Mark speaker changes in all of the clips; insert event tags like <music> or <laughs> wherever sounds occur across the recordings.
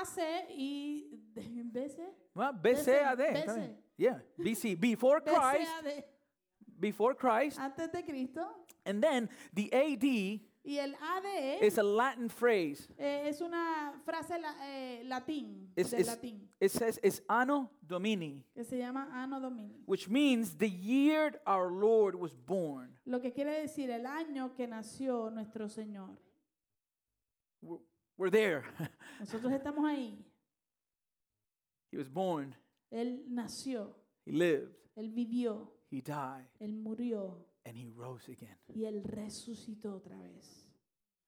Speaker 1: AC y BC.
Speaker 2: Well, BCAD.
Speaker 1: BC.
Speaker 2: está bien. Yeah, BC, before Christ,
Speaker 1: BCAD,
Speaker 2: before Christ.
Speaker 1: antes de Cristo.
Speaker 2: And then the AD
Speaker 1: Y el ADE
Speaker 2: is a Latin phrase.
Speaker 1: eh, es una frase la- eh, latín,
Speaker 2: Es-
Speaker 1: del
Speaker 2: es-
Speaker 1: latín,
Speaker 2: It says it's Anno Domini,
Speaker 1: que se llama Anno Domini.
Speaker 2: which means the year our Lord was born.
Speaker 1: Lo que quiere decir el año que nació nuestro Señor.
Speaker 2: We're, we're there. <laughs>
Speaker 1: Nosotros estamos ahí.
Speaker 2: he was born,
Speaker 1: Él nació,
Speaker 2: he lived,
Speaker 1: él vivió,
Speaker 2: he died,
Speaker 1: él murió
Speaker 2: and he rose again.
Speaker 1: y él resucitó otra vez.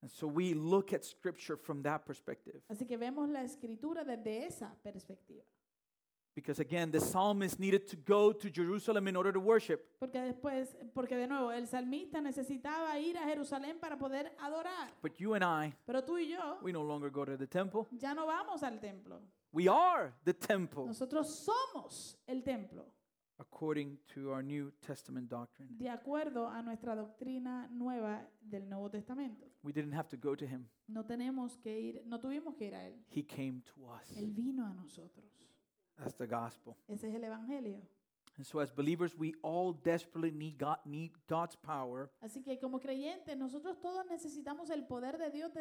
Speaker 2: And so we look at scripture from that perspective.
Speaker 1: Así que vemos la escritura desde esa perspectiva.
Speaker 2: Because again, the psalmist needed to go to Jerusalem in order to worship.
Speaker 1: Porque después, porque de nuevo, el salmista necesitaba ir a Jerusalén para poder adorar.
Speaker 2: But you and I,
Speaker 1: Pero tú y yo
Speaker 2: we no longer go to the temple.
Speaker 1: ya no vamos al templo.
Speaker 2: We are the temple
Speaker 1: Nosotros somos el templo,
Speaker 2: according to our New Testament doctrine.
Speaker 1: de acuerdo a nuestra doctrina nueva del Nuevo Testamento.
Speaker 2: We didn't have to go to him,
Speaker 1: No tenemos que ir, no tuvimos que ir a él.
Speaker 2: he came to us.
Speaker 1: Él vino a nosotros.
Speaker 2: That's the gospel.
Speaker 1: Ese es el evangelio.
Speaker 2: And so, as believers, we all desperately need, God, need God's power
Speaker 1: Así que como creyentes, nosotros todos necesitamos el poder de Dios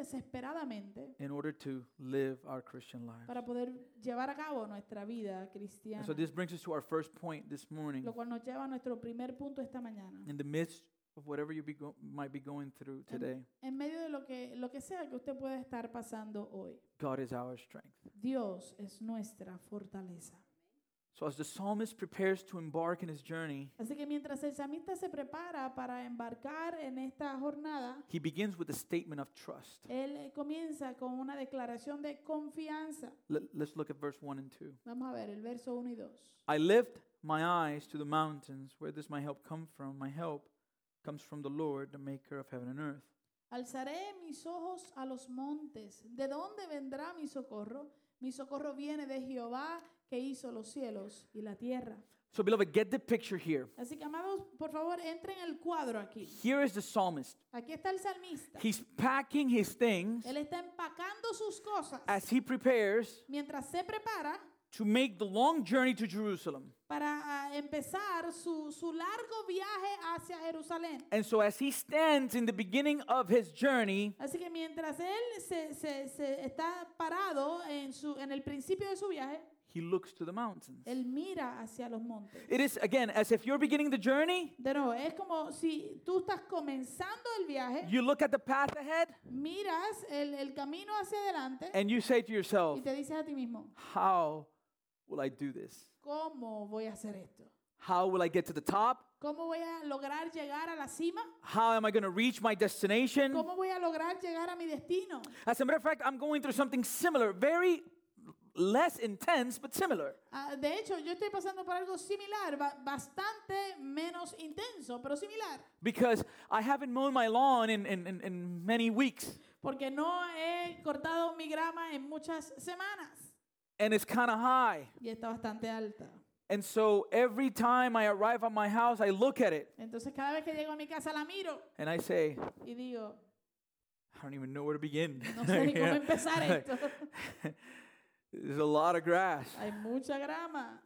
Speaker 1: desesperadamente
Speaker 2: in order to live our Christian life.
Speaker 1: para poder llevar a cabo nuestra vida
Speaker 2: And
Speaker 1: cristiana.
Speaker 2: so, this brings us to our first point this morning.
Speaker 1: Lo cual nos lleva a nuestro primer punto esta mañana.
Speaker 2: In the midst of whatever you be go- might be going through today,
Speaker 1: En medio de lo que, lo que sea que usted pueda estar pasando hoy,
Speaker 2: God is our strength.
Speaker 1: Dios es nuestra fortaleza.
Speaker 2: So, as the psalmist prepares to embark in his journey,
Speaker 1: Así que mientras el samista se prepara para embarcar en esta jornada,
Speaker 2: he begins with a statement of trust.
Speaker 1: él eh, comienza con una declaración de confianza.
Speaker 2: Let, let's look at verse 1 and 2.
Speaker 1: Vamos a ver el verso 1 y 2.
Speaker 2: I lift my eyes to the mountains. Where does my help come from? My help comes from the Lord, the maker of heaven and earth.
Speaker 1: Alzaré mis ojos a los montes. ¿De dónde vendrá mi socorro? Mi socorro viene de Jehová que hizo los cielos y la tierra.
Speaker 2: So, beloved, get the picture here.
Speaker 1: Así que, amados, por favor, entren el cuadro aquí.
Speaker 2: Here is the psalmist.
Speaker 1: Aquí está el salmista.
Speaker 2: He's packing his things
Speaker 1: Él está empacando sus cosas
Speaker 2: as he prepares
Speaker 1: mientras se prepara
Speaker 2: to make the long journey to Jerusalem.
Speaker 1: para ah, empezar su, su largo viaje hacia Jerusalén.
Speaker 2: And so, as he stands in the beginning of his journey,
Speaker 1: Así que mientras él se, se- se está parado en, su, en el principio de su viaje,
Speaker 2: he looks to the mountains.
Speaker 1: él mira hacia los montes.
Speaker 2: It is, again, as if you're beginning the journey,
Speaker 1: De nuevo, es como si tú estás comenzando el viaje,
Speaker 2: you look at the path ahead,
Speaker 1: miras el, el camino hacia adelante
Speaker 2: and you say to yourself,
Speaker 1: y te dices a ti mismo,
Speaker 2: How will I do this?
Speaker 1: ¿cómo voy a hacer esto?
Speaker 2: How will I get to the top?
Speaker 1: ¿Cómo voy a lograr llegar a la cima?
Speaker 2: How am I going to reach my destination?
Speaker 1: ¿Cómo voy a lograr llegar a mi destino?
Speaker 2: As a matter of fact, I'm going through something similar, very less intense, but similar.
Speaker 1: Ah, de hecho, yo estoy pasando por algo similar, ba- bastante menos intenso, pero similar.
Speaker 2: Because I haven't mown my lawn in, in, in, in many weeks.
Speaker 1: Porque no he cortado mi grama en muchas semanas
Speaker 2: and it's kind of high.
Speaker 1: y está bastante alta.
Speaker 2: And so every time I arrive at my house, I look at it
Speaker 1: Entonces cada vez que llego a mi casa la miro
Speaker 2: and I say,
Speaker 1: y digo,
Speaker 2: I don't even know where to begin.
Speaker 1: no
Speaker 2: <laughs>
Speaker 1: sé ni cómo
Speaker 2: Yeah.
Speaker 1: empezar esto.
Speaker 2: <laughs> There's a lot of grass.
Speaker 1: Hay mucha grama.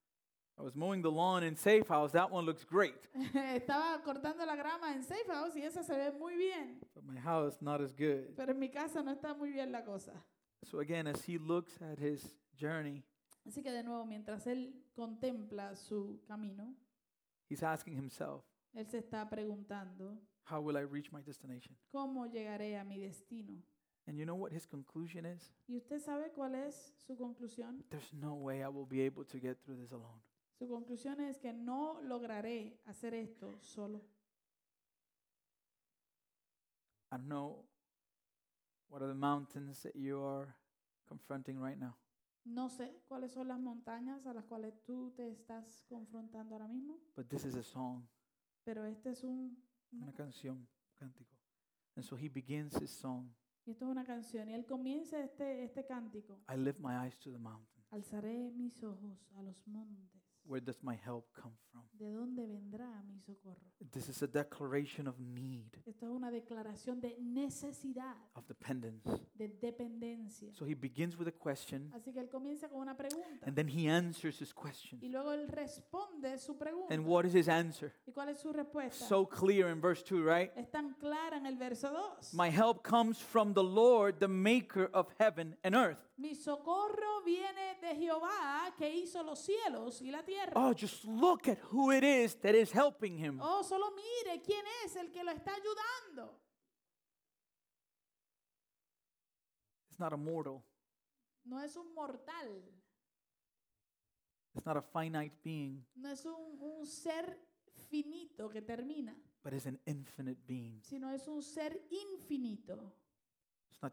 Speaker 1: <laughs>
Speaker 2: I was mowing the lawn in Safe House. That one looks great.
Speaker 1: Estaba cortando la grama en Safe House y esa se ve muy bien,
Speaker 2: But my house, not as good.
Speaker 1: pero en mi casa no está muy bien la cosa.
Speaker 2: So again, as he looks at his journey,
Speaker 1: Así que de nuevo, mientras él contempla su camino,
Speaker 2: he's asking himself,
Speaker 1: él se está preguntando,
Speaker 2: How will I reach my destination?
Speaker 1: ¿cómo llegaré a mi destino?
Speaker 2: And you know what his conclusion is?
Speaker 1: ¿Y usted sabe cuál es su conclusión?
Speaker 2: There's no way I will be able to get through this alone.
Speaker 1: Su conclusión es que no lograré hacer esto solo.
Speaker 2: I don't know what are the mountains that you are confronting right now.
Speaker 1: No sé cuáles son las montañas a las cuales tú te estás confrontando ahora mismo,
Speaker 2: But this is a song,
Speaker 1: pero este es un
Speaker 2: una canción, cántico. And so he begins his song,
Speaker 1: y esto es una canción y él comienza este este cántico.
Speaker 2: I lift my eyes to the mountain.
Speaker 1: Alzaré mis ojos a los montes.
Speaker 2: Where does my help come from?
Speaker 1: ¿De dónde vendrá mi socorro?
Speaker 2: This is a declaration of need,
Speaker 1: Esto es una declaración de necesidad,
Speaker 2: of dependence.
Speaker 1: de dependencia.
Speaker 2: So he begins with a question,
Speaker 1: Así que él comienza con una pregunta
Speaker 2: and then he answers his
Speaker 1: y
Speaker 2: question.
Speaker 1: luego él responde su pregunta.
Speaker 2: And what is his answer?
Speaker 1: ¿Y cuál es su respuesta?
Speaker 2: So clear in verse 2, right?
Speaker 1: es tan clara en el verso 2.
Speaker 2: My help comes from the Lord, the maker of heaven and earth.
Speaker 1: Mi socorro viene de Jehová que hizo los cielos y la tierra.
Speaker 2: Oh, just look at who it is that is helping him.
Speaker 1: Oh, solo mire quién es el que lo está ayudando.
Speaker 2: It's not a mortal,
Speaker 1: No es un mortal,
Speaker 2: it's not a finite being,
Speaker 1: no es un, un ser finito que termina,
Speaker 2: but is an infinite being.
Speaker 1: sino es un ser infinito.
Speaker 2: It's not,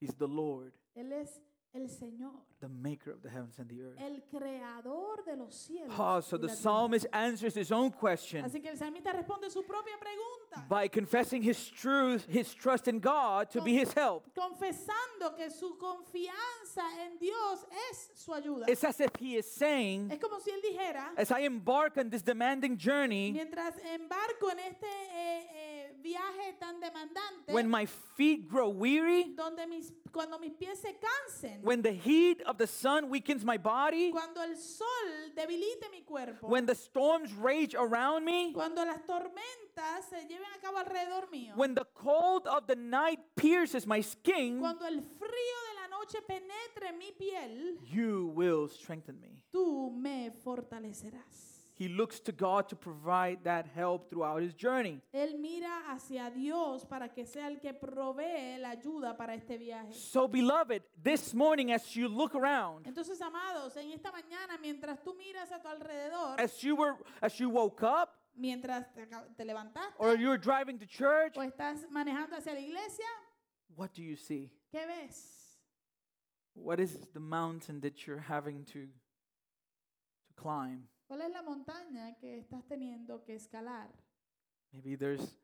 Speaker 2: he's the Lord,
Speaker 1: Él es el Señor,
Speaker 2: the maker of the heavens and the earth.
Speaker 1: el creador de los cielos.
Speaker 2: Ah, so
Speaker 1: y
Speaker 2: the
Speaker 1: la tierra.
Speaker 2: psalmist answers his own question
Speaker 1: Así que el salmista responde su propia pregunta,
Speaker 2: by confessing his truth, his trust in God to be
Speaker 1: Oh.
Speaker 2: his help.
Speaker 1: confesando que su confianza en Dios es su ayuda.
Speaker 2: It's as if he is saying,
Speaker 1: Es como si él dijera,
Speaker 2: as I embark on this demanding journey,
Speaker 1: mientras embarco en este eh, eh, viaje tan demandante,
Speaker 2: when my feet grow weary,
Speaker 1: donde mis, cuando mis pies se cansen,
Speaker 2: when the heat of the sun weakens my body,
Speaker 1: cuando el sol debilite mi cuerpo,
Speaker 2: when the storms rage around me,
Speaker 1: cuando las tormentas se lleven a cabo alrededor mío,
Speaker 2: when the cold of the night pierces my skin,
Speaker 1: cuando el frío de la noche penetre mi piel,
Speaker 2: you will strengthen me.
Speaker 1: tú me fortalecerás.
Speaker 2: He looks to God to provide that help throughout his journey.
Speaker 1: Él mira hacia Dios para que sea el que provee la ayuda para este viaje.
Speaker 2: So, beloved, this morning as you look around,
Speaker 1: Entonces, amados, en esta mañana, mientras tú miras a tu alrededor,
Speaker 2: as you were as you woke up
Speaker 1: mientras te, acab- te levantaste
Speaker 2: or you were driving to church,
Speaker 1: o estás manejando hacia la iglesia,
Speaker 2: what do you see?
Speaker 1: ¿qué ves?
Speaker 2: What is the mountain that you're having to to climb?
Speaker 1: ¿Cuál es la montaña que estás teniendo que escalar?
Speaker 2: Maybe there's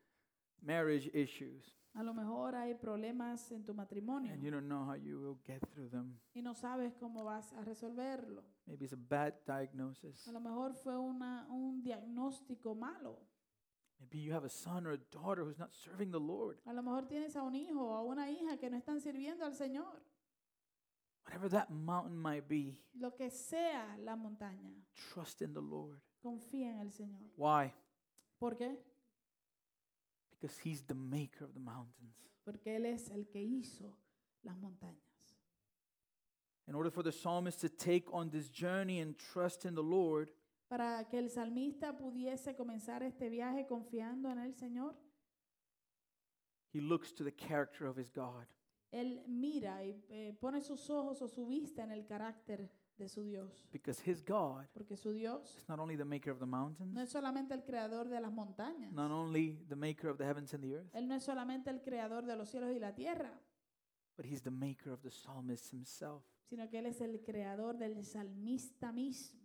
Speaker 2: marriage issues
Speaker 1: A lo mejor hay problemas en tu
Speaker 2: and you
Speaker 1: matrimonio
Speaker 2: don't know how you will get through them.
Speaker 1: y no sabes cómo vas a resolverlo.
Speaker 2: Maybe it's a bad diagnosis.
Speaker 1: A lo mejor fue una, un diagnóstico malo.
Speaker 2: Maybe you have a son or a daughter who's not serving the Lord.
Speaker 1: A lo mejor tienes a un hijo o a una hija que no están sirviendo al Señor.
Speaker 2: Whatever that mountain might be,
Speaker 1: Lo que sea la montaña,
Speaker 2: trust in the Lord.
Speaker 1: confía en el Señor.
Speaker 2: Why?
Speaker 1: ¿Por qué?
Speaker 2: Because He's the maker of the mountains.
Speaker 1: Porque Él es el que hizo las montañas.
Speaker 2: In order for the psalmist to take on this journey and trust in the Lord,
Speaker 1: para que el salmista pudiese comenzar este viaje confiando en el Señor,
Speaker 2: he looks to the character of his God.
Speaker 1: él mira y eh, pone sus ojos o su vista en el carácter de su Dios.
Speaker 2: Because his God
Speaker 1: Porque su Dios
Speaker 2: is not only the maker of the
Speaker 1: no es
Speaker 2: mountains,
Speaker 1: solamente el creador de las montañas.
Speaker 2: not only the maker of the heavens and the earth,
Speaker 1: Él no es solamente el creador de los cielos y la tierra,
Speaker 2: but he's the maker of the psalmist himself.
Speaker 1: sino que Él es el creador del salmista mismo.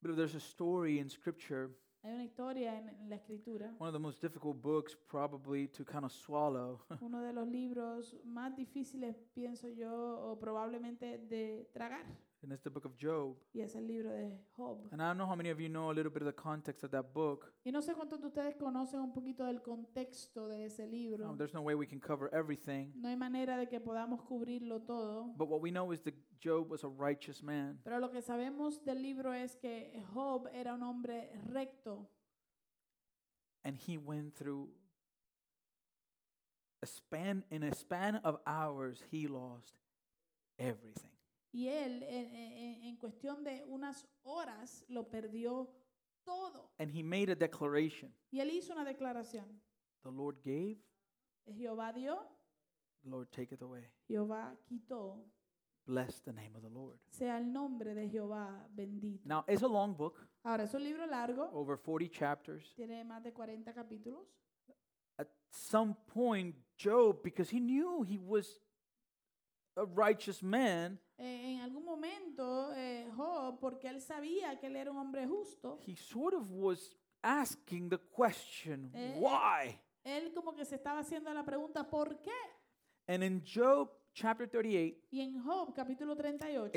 Speaker 2: But if there's a story in Scripture
Speaker 1: Hay una historia en, en la escritura,
Speaker 2: one of the most difficult books probably to kind of swallow <laughs>
Speaker 1: uno de los libros más difíciles, pienso yo, o probablemente de tragar,
Speaker 2: and it's the book of job
Speaker 1: y es el libro de Job.
Speaker 2: and i don't know how many of you know a little bit of the context of that book
Speaker 1: Y no sé cuántos de ustedes conocen un poquito del contexto de ese
Speaker 2: Um,
Speaker 1: libro.
Speaker 2: there's no way we can cover everything
Speaker 1: No hay manera de que podamos cubrirlo todo.
Speaker 2: but what we know is that job was a righteous man
Speaker 1: Pero lo que sabemos del libro es que Job era un hombre recto
Speaker 2: and he went through a span in a span of hours he lost everything
Speaker 1: y él en, en- en cuestión de unas horas lo perdió todo.
Speaker 2: and he made a declaration
Speaker 1: Y él hizo una declaración.
Speaker 2: the lord gave
Speaker 1: Jehová dio,
Speaker 2: the lord taketh away
Speaker 1: Jehová quitó.
Speaker 2: bless the name of the lord
Speaker 1: Sea el nombre de Jehová bendito.
Speaker 2: now it's a long book
Speaker 1: Ahora, es un libro largo,
Speaker 2: over 40 chapters
Speaker 1: tiene más de 40 capítulos.
Speaker 2: at some point job because he knew he was a righteous man
Speaker 1: Eh, en algún momento, eh, Job, porque él sabía que él era un hombre justo,
Speaker 2: he sort of was asking the question
Speaker 1: Eh, eh.
Speaker 2: why
Speaker 1: él como que se estaba haciendo la pregunta, ¿por qué?
Speaker 2: and in job chapter 38
Speaker 1: Y en Job capítulo
Speaker 2: It's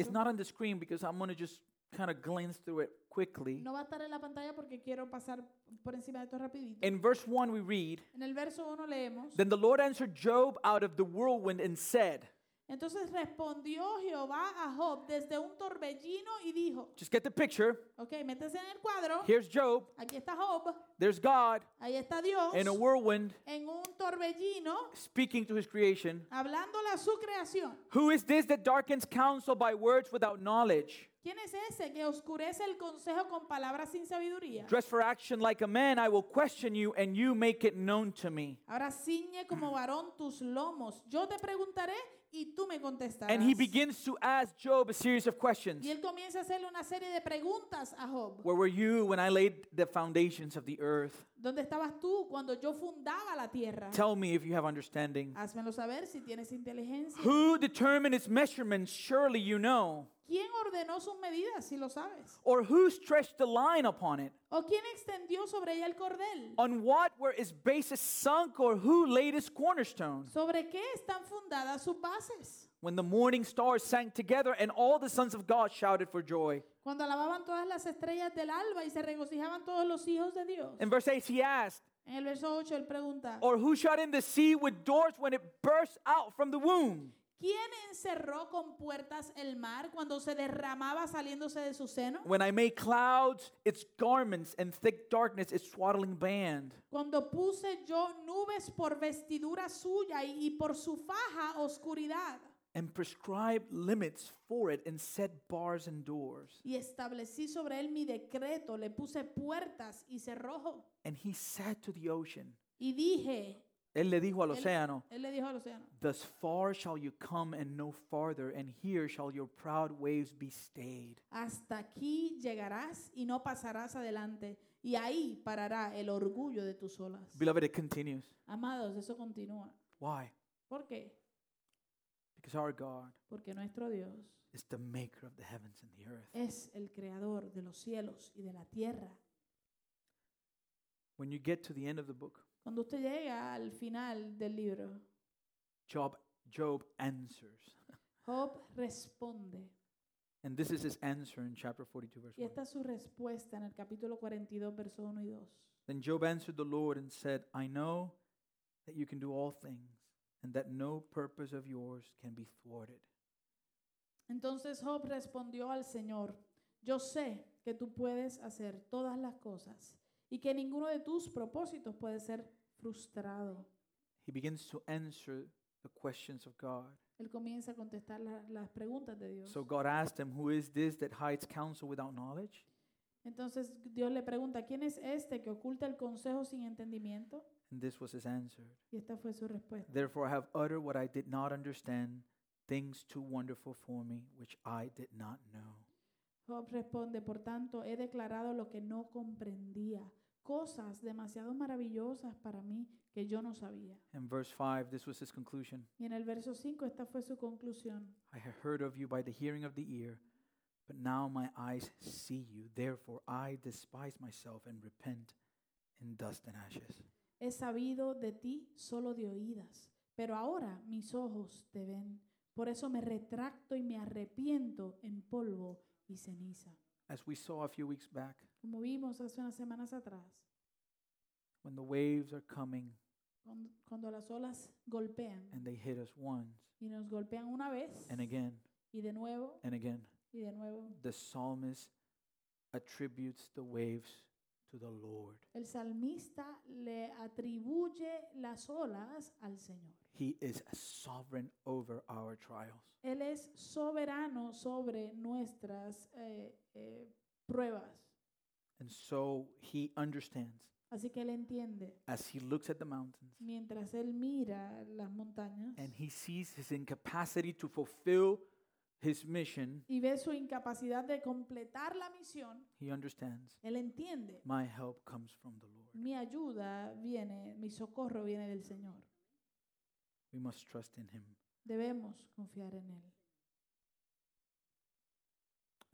Speaker 1: 38,
Speaker 2: not on the screen because I'm going to just kind of glance through it quickly.
Speaker 1: no va a estar en la pantalla porque quiero pasar por encima de esto rapidito.
Speaker 2: In verse 1, we read
Speaker 1: En el verso 1 leemos,
Speaker 2: Then the Lord answered Job out of the whirlwind and said,
Speaker 1: entonces respondió Jehová a Job desde un torbellino y dijo,
Speaker 2: Just get the picture.
Speaker 1: ok, métese en el cuadro,
Speaker 2: Here's Job.
Speaker 1: aquí está Job,
Speaker 2: There's God
Speaker 1: ahí está Dios,
Speaker 2: in a whirlwind
Speaker 1: en un torbellino,
Speaker 2: speaking to his creation.
Speaker 1: hablándole a su creación.
Speaker 2: Who is this that darkens counsel by words without knowledge?
Speaker 1: ¿Quién es ese que oscurece el consejo con palabras sin sabiduría?
Speaker 2: Dress for action like a man, I will question you, and you make it known to me.
Speaker 1: Ahora ciñe como varón tus lomos. Yo te preguntaré y tú me contestarás.
Speaker 2: And he begins to ask Job a series of questions
Speaker 1: y él comienza a hacerle una serie de preguntas a Job.
Speaker 2: Where were you when I laid the foundations of the earth?
Speaker 1: ¿Dónde estabas tú cuando yo fundaba la tierra?
Speaker 2: Tell me if you have understanding.
Speaker 1: Házmelo saber si tienes inteligencia.
Speaker 2: Who determined its measurements? Surely you know.
Speaker 1: ¿Quién ordenó sus medidas, si lo sabes?
Speaker 2: Or who stretched the line upon it?
Speaker 1: ¿O quién extendió sobre ella el cordel?
Speaker 2: On what were its bases sunk, or who laid its cornerstone?
Speaker 1: ¿Sobre qué están fundadas sus bases?
Speaker 2: When the morning stars sang together, and all the sons of God shouted for joy.
Speaker 1: Cuando alababan todas las estrellas del alba y se regocijaban todos los hijos de Dios.
Speaker 2: In verse 8, he asked,
Speaker 1: En el verso 8 él pregunta,
Speaker 2: Or who shut in the sea with doors when it burst out from the womb?
Speaker 1: ¿Quién encerró con puertas el mar cuando se derramaba saliéndose de su seno?
Speaker 2: When I made clouds its garments and thick darkness its swaddling band.
Speaker 1: Cuando puse yo nubes por vestidura suya y, y por su faja oscuridad
Speaker 2: and prescribed limits for it and set bars and doors.
Speaker 1: y establecí sobre él mi decreto, le puse puertas y cerrojo
Speaker 2: And he said to the ocean,
Speaker 1: y dije,
Speaker 2: Él le dijo al
Speaker 1: Él-
Speaker 2: océano,
Speaker 1: él le dijo al océano,
Speaker 2: Thus far shall you come and no farther, and here shall your proud waves be stayed.
Speaker 1: hasta aquí llegarás y no pasarás adelante y ahí parará el orgullo de tus olas.
Speaker 2: Beloved, it continues.
Speaker 1: Amados, eso continúa.
Speaker 2: Why?
Speaker 1: ¿Por qué?
Speaker 2: Because our God
Speaker 1: Porque nuestro Dios
Speaker 2: is the maker of the heavens and the earth.
Speaker 1: es el creador de los cielos y de la tierra.
Speaker 2: When you get to the end of the book,
Speaker 1: Cuando usted llega al final del libro,
Speaker 2: Job, Job answers.
Speaker 1: Job responde.
Speaker 2: And this is his answer in chapter 42, verse
Speaker 1: Y
Speaker 2: 1.
Speaker 1: esta es su respuesta en el capítulo 42, versos 1 y 2.
Speaker 2: Then Job answered the Lord and said, I know that you can do all things, and that no purpose of yours can be thwarted.
Speaker 1: Entonces Job respondió al Señor, yo sé que tú puedes hacer todas las cosas y que ninguno de tus propósitos puede ser frustrado.
Speaker 2: He begins to answer the questions of God.
Speaker 1: Él comienza a contestar la- las preguntas de Dios.
Speaker 2: So God asked him, Who is this that hides counsel without knowledge?
Speaker 1: Entonces Dios le pregunta, ¿quién es este que oculta el consejo sin entendimiento?
Speaker 2: And this was his answer.
Speaker 1: Y esta fue su respuesta.
Speaker 2: Therefore I have uttered what I did not understand, things too wonderful for me, which I did not know.
Speaker 1: Job responde, por tanto, he declarado lo que no comprendía, cosas demasiado maravillosas para mí que yo no sabía.
Speaker 2: In verse 5, this was his conclusion
Speaker 1: Y en el verso 5 esta fue su conclusión.
Speaker 2: I had heard of you by the hearing of the ear, but now my eyes see you. Therefore I despise myself and repent in dust and ashes.
Speaker 1: He sabido de ti solo de oídas, pero ahora mis ojos te ven. Por eso me retracto y me arrepiento en polvo y ceniza.
Speaker 2: As we saw a few weeks back,
Speaker 1: Como vimos hace unas semanas atrás,
Speaker 2: when the waves are coming
Speaker 1: cuando, cuando las olas golpean
Speaker 2: and they hit us once
Speaker 1: y nos golpean una vez
Speaker 2: and again
Speaker 1: y de nuevo
Speaker 2: and again,
Speaker 1: y de nuevo.
Speaker 2: the psalmist attributes the waves to the Lord.
Speaker 1: El salmista le atribuye las olas al Señor.
Speaker 2: He is sovereign over our trials.
Speaker 1: Él es soberano sobre nuestras eh, eh, pruebas.
Speaker 2: And so he understands
Speaker 1: Así que él entiende.
Speaker 2: as he looks at the mountains
Speaker 1: Mientras él mira las montañas
Speaker 2: and he sees his incapacity to fulfill his mission,
Speaker 1: y ve su incapacidad de completar la misión,
Speaker 2: he understands
Speaker 1: él entiende.
Speaker 2: my help comes from the Lord.
Speaker 1: Mi ayuda viene, mi socorro viene del Señor.
Speaker 2: We must trust in him.
Speaker 1: Debemos confiar en él.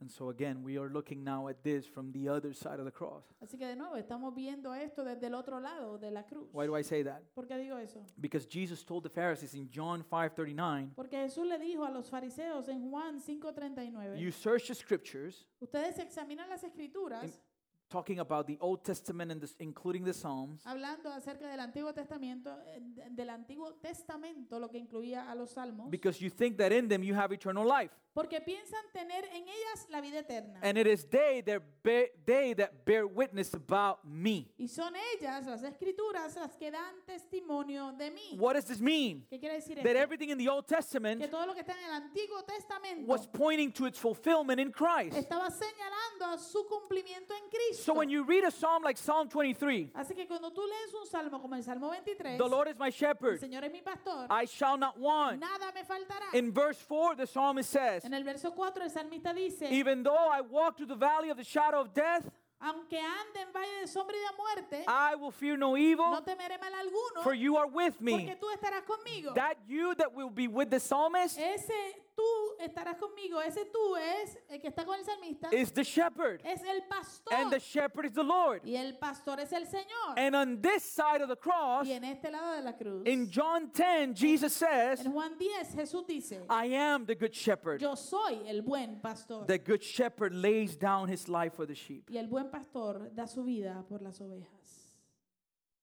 Speaker 2: And And so, again, we are looking now at this from the other side of the cross.
Speaker 1: Así que de nuevo, estamos viendo esto desde el otro lado de la cruz.
Speaker 2: Why do I say that?
Speaker 1: ¿Por qué digo eso?
Speaker 2: Because Jesus told the Pharisees in John 5:39,
Speaker 1: Porque Jesús le dijo a los fariseos en Juan 5:39,
Speaker 2: "You search the scriptures,
Speaker 1: ustedes examinan las escrituras,
Speaker 2: talking about the Old Testament and this, including the Psalms,
Speaker 1: hablando acerca del Antiguo Testamento, eh, de- del Antiguo Testamento, lo que incluía a los salmos,
Speaker 2: because you think that in them you have eternal life,
Speaker 1: porque piensan tener en ellas la vida eterna.
Speaker 2: and it is they that bear, they that bear witness about me."
Speaker 1: Y son ellas, las escrituras, las que dan testimonio de mí.
Speaker 2: What does this mean?
Speaker 1: ¿Qué quiere decir
Speaker 2: That
Speaker 1: esto?
Speaker 2: everything in the Old
Speaker 1: Que
Speaker 2: Testament
Speaker 1: todo lo que está en el Antiguo Testamento
Speaker 2: was pointing to its fulfillment in Christ.
Speaker 1: estaba señalando a su cumplimiento en
Speaker 2: So
Speaker 1: Cristo.
Speaker 2: when you read a psalm like Psalm 23,
Speaker 1: Así que cuando tú lees un salmo como el Salmo 23,
Speaker 2: the Lord is my
Speaker 1: el
Speaker 2: shepherd,
Speaker 1: Señor es mi pastor,
Speaker 2: I shall not want.
Speaker 1: nada me faltará.
Speaker 2: In verse 4, the psalmist says,
Speaker 1: En el verso 4 el salmista dice,
Speaker 2: Even though I walk through the valley of the shadow of death,
Speaker 1: aunque ande en valle de sombra y de muerte,
Speaker 2: I will fear no
Speaker 1: no
Speaker 2: evil,
Speaker 1: temeré mal alguno,
Speaker 2: for you are with
Speaker 1: porque
Speaker 2: me.
Speaker 1: tú estarás conmigo.
Speaker 2: That you that will be with the psalmist
Speaker 1: Ese tú estarás conmigo, ese tú es el que está con el salmista,
Speaker 2: is the shepherd,
Speaker 1: es el
Speaker 2: and the
Speaker 1: pastor.
Speaker 2: shepherd is the Lord.
Speaker 1: Y el pastor es el Señor.
Speaker 2: And on this side of the cross,
Speaker 1: Y en este lado de la cruz,
Speaker 2: in John 10, Jesus says,
Speaker 1: en Juan 10, Jesús dice,
Speaker 2: I am the good shepherd.
Speaker 1: yo soy el buen pastor.
Speaker 2: The good shepherd lays down his life for the sheep.
Speaker 1: Y el buen pastor da su vida por las ovejas.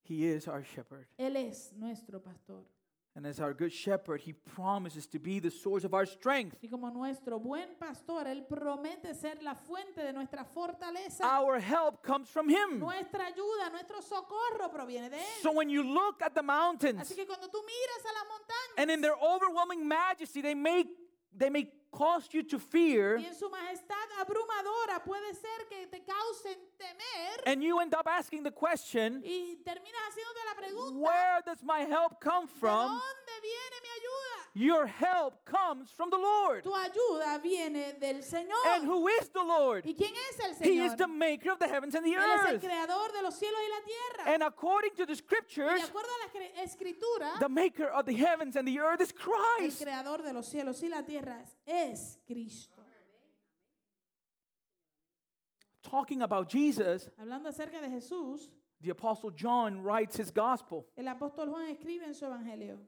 Speaker 2: He is our shepherd.
Speaker 1: Él es nuestro pastor.
Speaker 2: And as our good shepherd, he promises to be the source of our strength,
Speaker 1: Y como nuestro buen pastor, Él promete ser la fuente de nuestra fortaleza.
Speaker 2: our help comes from him.
Speaker 1: Nuestra ayuda, nuestro socorro proviene de Él.
Speaker 2: So when you look at the mountains
Speaker 1: Así que cuando tú miras a la
Speaker 2: and in
Speaker 1: montaña
Speaker 2: their overwhelming majesty, they make they may cause you to fear,
Speaker 1: y en su majestad abrumadora puede ser que te causen temer
Speaker 2: and you end up asking the question,
Speaker 1: y terminas haciéndote la pregunta,
Speaker 2: where does my help come
Speaker 1: ¿de
Speaker 2: from?
Speaker 1: dónde viene mi ayuda?
Speaker 2: Your help comes from the Lord.
Speaker 1: Tu ayuda viene del
Speaker 2: And
Speaker 1: Señor.
Speaker 2: who is the Lord?
Speaker 1: ¿Y quién es el
Speaker 2: He is
Speaker 1: Señor?
Speaker 2: the maker of the heavens and the
Speaker 1: Él es el
Speaker 2: earth.
Speaker 1: creador de los cielos y la tierra.
Speaker 2: And according to the
Speaker 1: Y
Speaker 2: scriptures,
Speaker 1: de acuerdo a la cre- escritura,
Speaker 2: the maker of the heavens and the earth is
Speaker 1: el
Speaker 2: Christ.
Speaker 1: creador de los cielos y la tierra es Cristo.
Speaker 2: Talking about Jesus,
Speaker 1: Hablando acerca de Jesús,
Speaker 2: the apostle John writes his gospel,
Speaker 1: el apóstol Juan escribe en su evangelio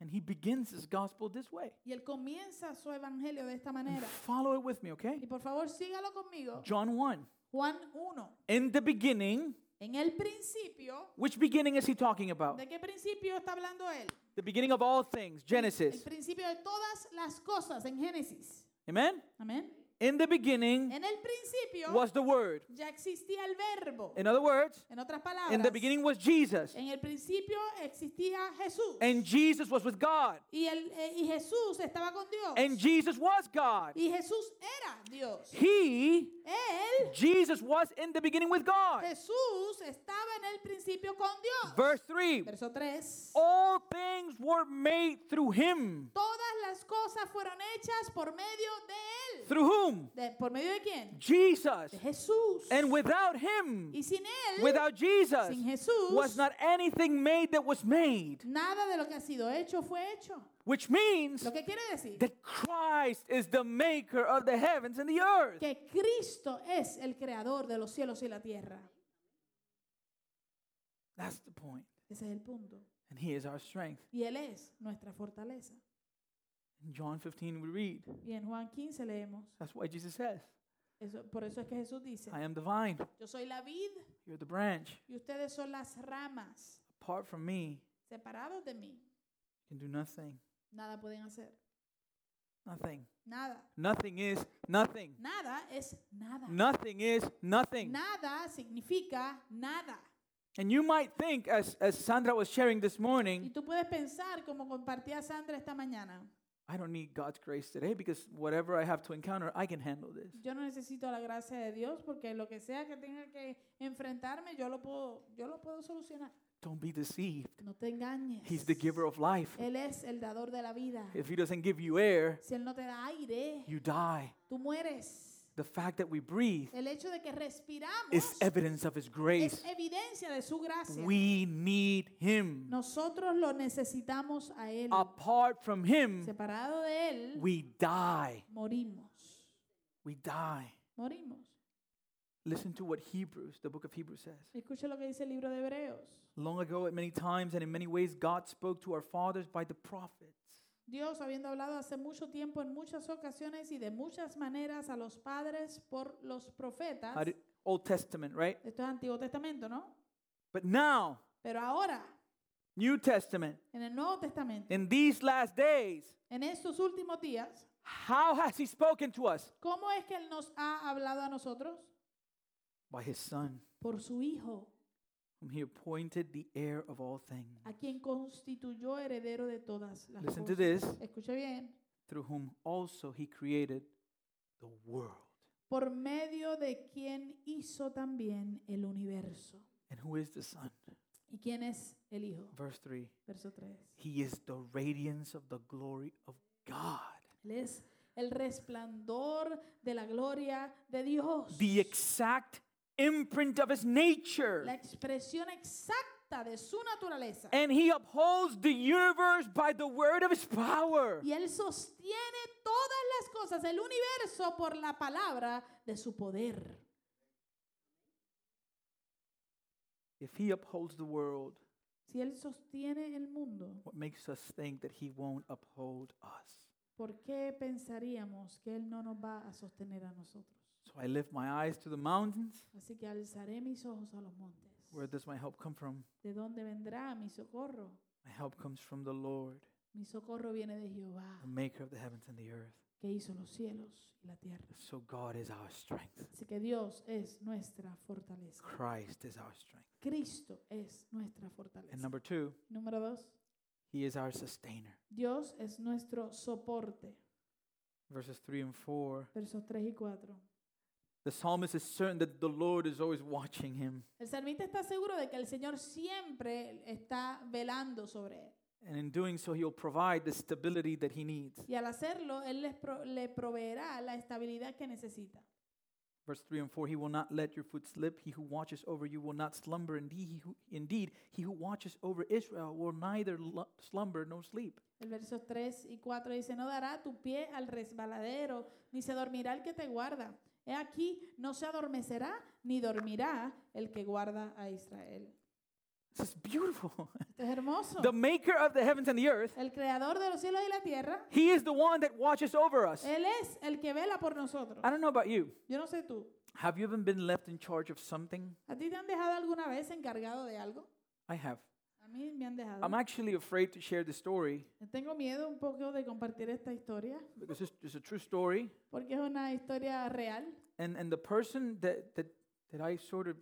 Speaker 2: and he begins his gospel this way.
Speaker 1: y él comienza su evangelio de esta
Speaker 2: And
Speaker 1: manera.
Speaker 2: follow it with me, okay?
Speaker 1: Y por favor, sígalo conmigo.
Speaker 2: John 1.
Speaker 1: Juan 1.
Speaker 2: In the beginning,
Speaker 1: En el principio,
Speaker 2: which beginning is he talking about?
Speaker 1: ¿de qué principio está hablando él?
Speaker 2: The beginning of all things,
Speaker 1: El
Speaker 2: Genesis.
Speaker 1: principio de todas las cosas en Génesis.
Speaker 2: Amen?
Speaker 1: Amén.
Speaker 2: In the beginning
Speaker 1: En el principio
Speaker 2: was the Word.
Speaker 1: ya existía el verbo.
Speaker 2: In other words,
Speaker 1: En otras
Speaker 2: in the
Speaker 1: palabras,
Speaker 2: beginning was Jesus,
Speaker 1: En el principio existía Jesús.
Speaker 2: and Jesus was with God,
Speaker 1: y, el- eh, y Jesús estaba con Dios.
Speaker 2: and Jesus was God.
Speaker 1: y Jesús era Dios.
Speaker 2: He,
Speaker 1: Él,
Speaker 2: Jesus, was in the beginning with God.
Speaker 1: Jesús, estaba en el principio con Dios.
Speaker 2: Verse 3
Speaker 1: Verso 3.
Speaker 2: All things were made through him.
Speaker 1: Todas las cosas fueron hechas por medio de Él.
Speaker 2: Through whom?
Speaker 1: De- ¿Por medio de quién?
Speaker 2: Jesus.
Speaker 1: De Jesús.
Speaker 2: And without him,
Speaker 1: y sin Él,
Speaker 2: without Jesus,
Speaker 1: sin Jesús,
Speaker 2: was not anything made that was made,
Speaker 1: nada de lo que ha sido hecho fue hecho.
Speaker 2: which means
Speaker 1: Lo que quiere decir
Speaker 2: that Christ is the maker of the heavens and the earth.
Speaker 1: que Cristo es el creador de los cielos y la tierra.
Speaker 2: That's the point.
Speaker 1: Ese es el punto.
Speaker 2: And he is our strength.
Speaker 1: Y Él es nuestra fortaleza.
Speaker 2: In John 15, we read.
Speaker 1: Y en Juan 15 leemos,
Speaker 2: That's why Jesus says,
Speaker 1: eso- por eso es que Jesús dice,
Speaker 2: I am the vine,
Speaker 1: yo soy la vid
Speaker 2: you're the branch.
Speaker 1: y ustedes son las ramas,
Speaker 2: Apart from me,
Speaker 1: separados de mí,
Speaker 2: you can do nothing.
Speaker 1: nada pueden hacer,
Speaker 2: Nothing.
Speaker 1: nada.
Speaker 2: Nothing is nothing.
Speaker 1: Nada es nada.
Speaker 2: Nothing is nothing.
Speaker 1: Nada significa nada.
Speaker 2: And you might think, as, as Sandra was sharing this
Speaker 1: Y
Speaker 2: morning,
Speaker 1: tú puedes pensar, como compartía Sandra esta mañana,
Speaker 2: I don't need God's grace today because whatever I have to encounter, I can handle this.
Speaker 1: yo no necesito la gracia de Dios porque lo que sea que tenga que enfrentarme, yo lo puedo, yo lo puedo solucionar.
Speaker 2: Don't be deceived.
Speaker 1: No te engañes.
Speaker 2: He's the giver of life.
Speaker 1: Él es el dador de la vida.
Speaker 2: If He doesn't give you air,
Speaker 1: Si Él no te da aire,
Speaker 2: you die.
Speaker 1: tú mueres.
Speaker 2: The fact that we breathe
Speaker 1: El hecho de que respiramos
Speaker 2: is evidence of His grace.
Speaker 1: es evidencia de su gracia.
Speaker 2: We need Him.
Speaker 1: Nosotros lo necesitamos a Él.
Speaker 2: Apart from Him,
Speaker 1: Separado de Él,
Speaker 2: we die.
Speaker 1: morimos.
Speaker 2: We die.
Speaker 1: morimos.
Speaker 2: Listen to what Hebrews, the book of Hebrews says.
Speaker 1: Escuche lo que dice el libro de Hebreos.
Speaker 2: Long ago, at many times and in many ways, God spoke to our fathers by the prophets.
Speaker 1: Dios, habiendo hablado hace mucho tiempo en muchas ocasiones y de muchas maneras a los padres por los profetas,
Speaker 2: How did- Old Testament, right?
Speaker 1: esto es Antiguo Testamento, ¿no?
Speaker 2: But now,
Speaker 1: Pero ahora,
Speaker 2: New Testament,
Speaker 1: en el Nuevo Testamento,
Speaker 2: in these last days,
Speaker 1: en estos últimos días,
Speaker 2: how has He spoken to us?
Speaker 1: ¿cómo es que Él nos ha hablado a nosotros?
Speaker 2: By His Son,
Speaker 1: Por su Hijo,
Speaker 2: whom He appointed the heir of all things.
Speaker 1: a quien constituyó heredero de todas las
Speaker 2: Listen to
Speaker 1: cosas.
Speaker 2: this
Speaker 1: Escuche bien.
Speaker 2: through whom also He created the world,
Speaker 1: Por medio de quien hizo también el universo.
Speaker 2: and who is the Son.
Speaker 1: ¿Y quién es el Hijo?
Speaker 2: Verse 3
Speaker 1: Verso 3.
Speaker 2: He is the radiance of the glory of God,
Speaker 1: Él es el resplandor de la gloria de Dios.
Speaker 2: the exact imprint of His nature.
Speaker 1: la expresión exacta de su naturaleza.
Speaker 2: And he upholds the universe by the word of his power.
Speaker 1: Y Él sostiene todas las cosas, el universo, por la palabra de su poder.
Speaker 2: If he upholds the world,
Speaker 1: Si Él sostiene el mundo,
Speaker 2: what makes us think that he won't uphold us?
Speaker 1: ¿por qué pensaríamos que Él no nos va a sostener a nosotros?
Speaker 2: So I lift my eyes to the mountains.
Speaker 1: Así que alzaré mis ojos a los montes.
Speaker 2: Where does my help come from?
Speaker 1: ¿De dónde vendrá mi socorro?
Speaker 2: My help comes from the Lord,
Speaker 1: Mi socorro viene de Jehová,
Speaker 2: the maker of the heavens and the earth.
Speaker 1: que hizo los cielos y la tierra.
Speaker 2: So God is our strength.
Speaker 1: Así que Dios es nuestra fortaleza.
Speaker 2: Christ is our strength.
Speaker 1: Cristo es nuestra
Speaker 2: And
Speaker 1: fortaleza.
Speaker 2: number two,
Speaker 1: Número dos,
Speaker 2: he is our sustainer.
Speaker 1: Dios es nuestro soporte.
Speaker 2: Verses three and four.
Speaker 1: Versos 3 y 4.
Speaker 2: The psalmist is certain that the Lord is always watching him.
Speaker 1: El salmista está seguro de que el Señor siempre está velando sobre él.
Speaker 2: And in doing so, he'll provide the stability that he needs.
Speaker 1: Y al hacerlo, Él les pro- le proveerá la estabilidad que necesita.
Speaker 2: Verse 3 and 4 He will not let your foot slip. He who watches over you will not slumber. Indeed, he who, indeed, he who watches over Israel will neither lu- slumber nor sleep.
Speaker 1: El verso 3 y 4 dice, no dará tu pie al resbaladero, ni se dormirá el que te guarda. He aquí, no se adormecerá, ni dormirá el que guarda a Israel.
Speaker 2: This is beautiful.
Speaker 1: Esto es hermoso.
Speaker 2: the maker of the heavens and the earth,
Speaker 1: El creador de los cielos y la tierra,
Speaker 2: he is the one that watches over us.
Speaker 1: Él es el que vela por nosotros.
Speaker 2: I don't know about you.
Speaker 1: Yo no sé tú,
Speaker 2: Have you ever been left in charge of something?
Speaker 1: ¿a ti te han dejado alguna vez encargado de algo?
Speaker 2: I have.
Speaker 1: A mí me han dejado.
Speaker 2: I'm actually afraid to share this story
Speaker 1: Tengo miedo un poco de compartir esta historia,
Speaker 2: because it's, it's a true story.
Speaker 1: porque es una historia real.
Speaker 2: And, and the person that, that, that I sort of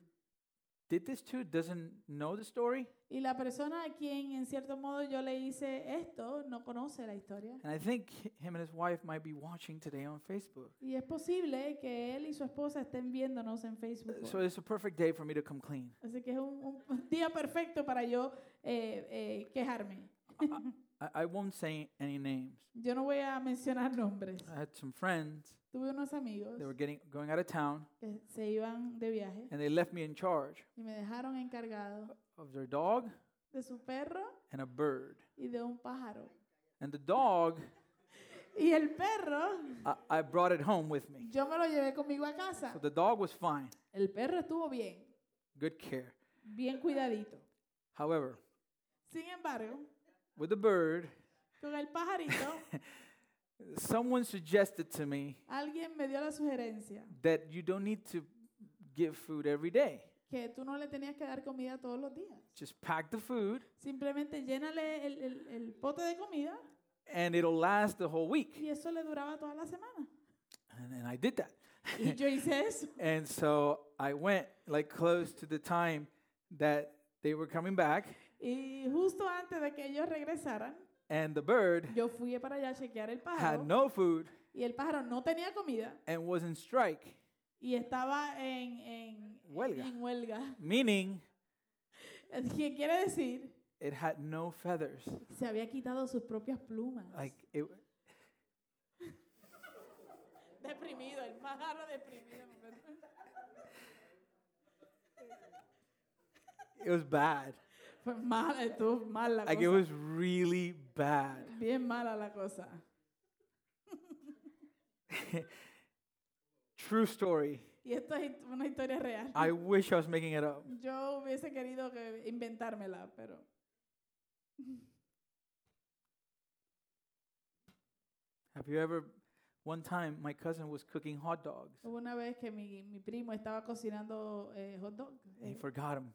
Speaker 2: did this to doesn't know the story.
Speaker 1: Y la persona a quien en cierto modo yo le hice esto no conoce la historia.
Speaker 2: And I think h- him and his wife might be watching today on Facebook.
Speaker 1: Y es posible que él y su esposa estén viéndonos en Facebook.
Speaker 2: Uh, So it's a perfect day for me to come clean.
Speaker 1: Así que es un, un <laughs> día perfecto para yo eh, eh, quejarme.
Speaker 2: I, I won't say any names.
Speaker 1: Yo no voy a mencionar nombres.
Speaker 2: I had some friends
Speaker 1: Tuve unos amigos
Speaker 2: that were getting going out of town,
Speaker 1: que se iban de viaje
Speaker 2: and they left me in charge
Speaker 1: y me dejaron encargado
Speaker 2: of their dog
Speaker 1: de su perro
Speaker 2: and a bird.
Speaker 1: y de un pájaro.
Speaker 2: And the dog,
Speaker 1: Y el perro,
Speaker 2: I, I brought it home with me.
Speaker 1: yo me lo llevé conmigo a casa.
Speaker 2: So the dog was fine,
Speaker 1: El perro estuvo bien,
Speaker 2: good care.
Speaker 1: bien cuidadito.
Speaker 2: However,
Speaker 1: Sin embargo,
Speaker 2: with the bird,
Speaker 1: con el pajarito,
Speaker 2: someone suggested to me
Speaker 1: alguien me dio la sugerencia
Speaker 2: that you don't need to give food every day.
Speaker 1: que tú no le tenías que dar comida todos los días.
Speaker 2: Just pack the food,
Speaker 1: Simplemente llénale el, el- el pote de comida
Speaker 2: and it'll last the whole week.
Speaker 1: y eso le duraba toda la semana.
Speaker 2: And, and I did that.
Speaker 1: Y yo hice eso.
Speaker 2: And so I went like close to the time that they were coming back,
Speaker 1: Y justo antes de que ellos regresaran,
Speaker 2: and the bird
Speaker 1: yo fui para allá a chequear el pájaro
Speaker 2: had Ah, no food
Speaker 1: y el pájaro no tenía comida
Speaker 2: and was in strike,
Speaker 1: y estaba en, en
Speaker 2: Huelga.
Speaker 1: En huelga.
Speaker 2: meaning
Speaker 1: ¿Qué quiere decir?
Speaker 2: it had no feathers.
Speaker 1: Se había quitado sus propias plumas.
Speaker 2: Like it,
Speaker 1: Deprimido, el pájaro deprimido. <laughs>
Speaker 2: it was bad.
Speaker 1: Fue mala, estuvo mal la
Speaker 2: Like
Speaker 1: cosa.
Speaker 2: it was really bad.
Speaker 1: Bien mala la cosa.
Speaker 2: True story.
Speaker 1: Y esto es hist- una historia real.
Speaker 2: I wish I was making it up.
Speaker 1: <laughs> Yo hubiese querido que inventármela, pero <laughs>
Speaker 2: Have you ever? One time, my cousin was cooking hot dogs.
Speaker 1: hubo una vez que mi, mi primo estaba cocinando eh, hot dog
Speaker 2: And he
Speaker 1: eh,
Speaker 2: forgot them.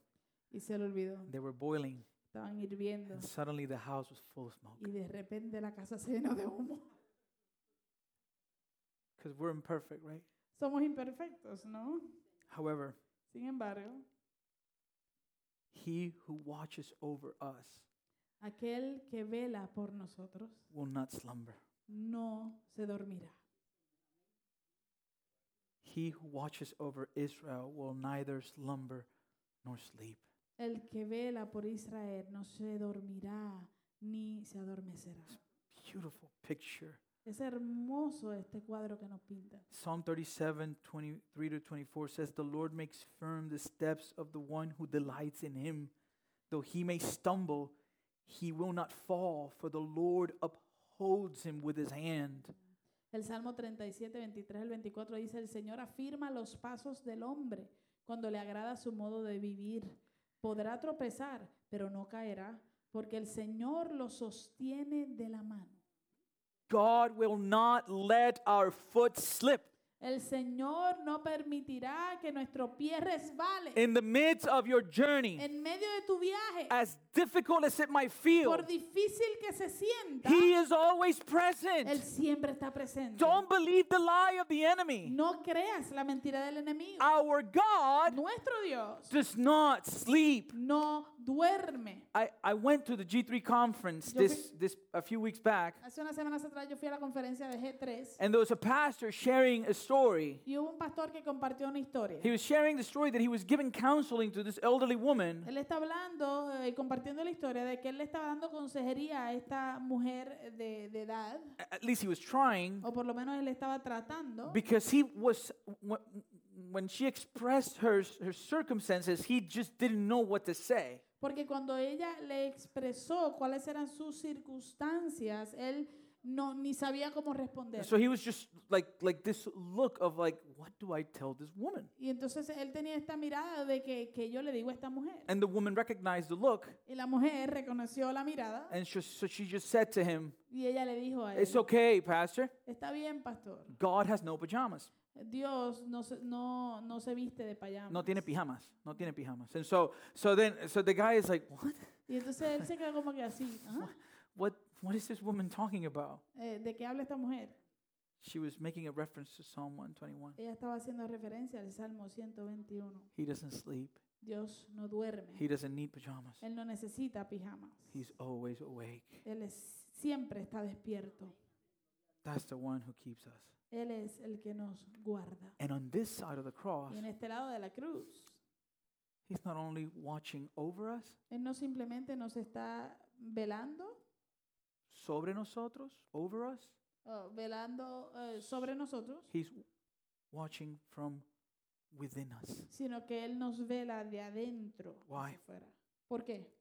Speaker 1: y se lo olvidó.
Speaker 2: They were boiling,
Speaker 1: Estaban hirviendo
Speaker 2: and suddenly the house was full of smoke.
Speaker 1: y de repente la casa se llenó de humo. <laughs>
Speaker 2: Because we're imperfect, right?
Speaker 1: Somos imperfectos, ¿no?
Speaker 2: However,
Speaker 1: Sin embargo,
Speaker 2: he who watches over us
Speaker 1: aquel que vela por nosotros
Speaker 2: will not slumber.
Speaker 1: no se dormirá.
Speaker 2: He who watches over Israel will neither slumber nor sleep.
Speaker 1: El que vela por Israel no se dormirá ni se adormecerá.
Speaker 2: Beautiful picture.
Speaker 1: Es hermoso este cuadro que nos pinta.
Speaker 2: Psalm 37, 23 to 24 says, The Lord makes firm the steps of the one who delights in him. Though he may stumble, he will not fall, for the Lord upholds him with his hand.
Speaker 1: El Salmo 37, 23 al 24 dice, el Señor afirma los pasos del hombre cuando le agrada su modo de vivir. Podrá tropezar, pero no caerá, porque el Señor lo sostiene de la mano.
Speaker 2: God will not let our foot slip.
Speaker 1: El Señor no permitirá que nuestro pie resbale
Speaker 2: In the midst of your journey,
Speaker 1: en medio de tu viaje,
Speaker 2: as difficult as it might feel,
Speaker 1: por difícil que se sienta.
Speaker 2: He is always
Speaker 1: Él
Speaker 2: present.
Speaker 1: siempre está presente.
Speaker 2: Don't believe the lie of the enemy.
Speaker 1: No creas la mentira del enemigo.
Speaker 2: Our God
Speaker 1: Nuestro Dios
Speaker 2: does not sleep.
Speaker 1: no duerme.
Speaker 2: I, I went to the G3 conference
Speaker 1: Yo fui-
Speaker 2: this, this a few weeks back,
Speaker 1: Hace unas semanas atrás yo fui a la conferencia de G3
Speaker 2: and there was a pastor sharing a story.
Speaker 1: y hubo un pastor que compartió una historia.
Speaker 2: He was sharing the story that he was giving counseling to this elderly woman,
Speaker 1: Él está hablando eh, y compartiendo la historia de que él le estaba dando consejería a esta mujer de, de edad,
Speaker 2: a- at least he was trying,
Speaker 1: o por lo menos él estaba tratando,
Speaker 2: because he was wh- when she expressed her her circumstances, he just didn't know what to say.
Speaker 1: porque cuando ella le expresó cuáles eran sus circunstancias, él no ni sabía cómo responder.
Speaker 2: And so he was just like like this look of like, what do I tell this woman?
Speaker 1: Y entonces él tenía esta mirada de que, que yo le digo a esta mujer.
Speaker 2: And the woman recognized the look,
Speaker 1: Y la mujer reconoció la mirada
Speaker 2: and she, so she just said to him,
Speaker 1: y ella le dijo a él,
Speaker 2: "It's okay, pastor.
Speaker 1: está bien, pastor,
Speaker 2: God has no pajamas.
Speaker 1: Dios no se, no, no se viste de payamas.
Speaker 2: No tiene pijamas. No tiene pijamas." And so so then so the guy is like, "What?
Speaker 1: y entonces él se quedó como que
Speaker 2: <laughs>
Speaker 1: así, "¿Ah?
Speaker 2: What what is this woman talking about?"
Speaker 1: Eh, ¿de qué habla esta mujer?
Speaker 2: She was making a reference to Psalm 121.
Speaker 1: Ella estaba haciendo referencia al Salmo 121.
Speaker 2: He doesn't sleep.
Speaker 1: Dios no duerme.
Speaker 2: He doesn't need pajamas.
Speaker 1: él no necesita pijamas.
Speaker 2: He's always awake.
Speaker 1: Él es- siempre está despierto.
Speaker 2: That's the one who keeps us.
Speaker 1: Él es el que nos guarda.
Speaker 2: And on this side of the cross,
Speaker 1: Y en este lado de la cruz,
Speaker 2: he's not only watching over us,
Speaker 1: Él no simplemente nos está velando,
Speaker 2: sobre nosotros, over us,
Speaker 1: oh, velando eh, sobre nosotros,
Speaker 2: he's watching from within us.
Speaker 1: sino que Él nos vela de adentro
Speaker 2: Why?
Speaker 1: hacia afuera. ¿Por qué?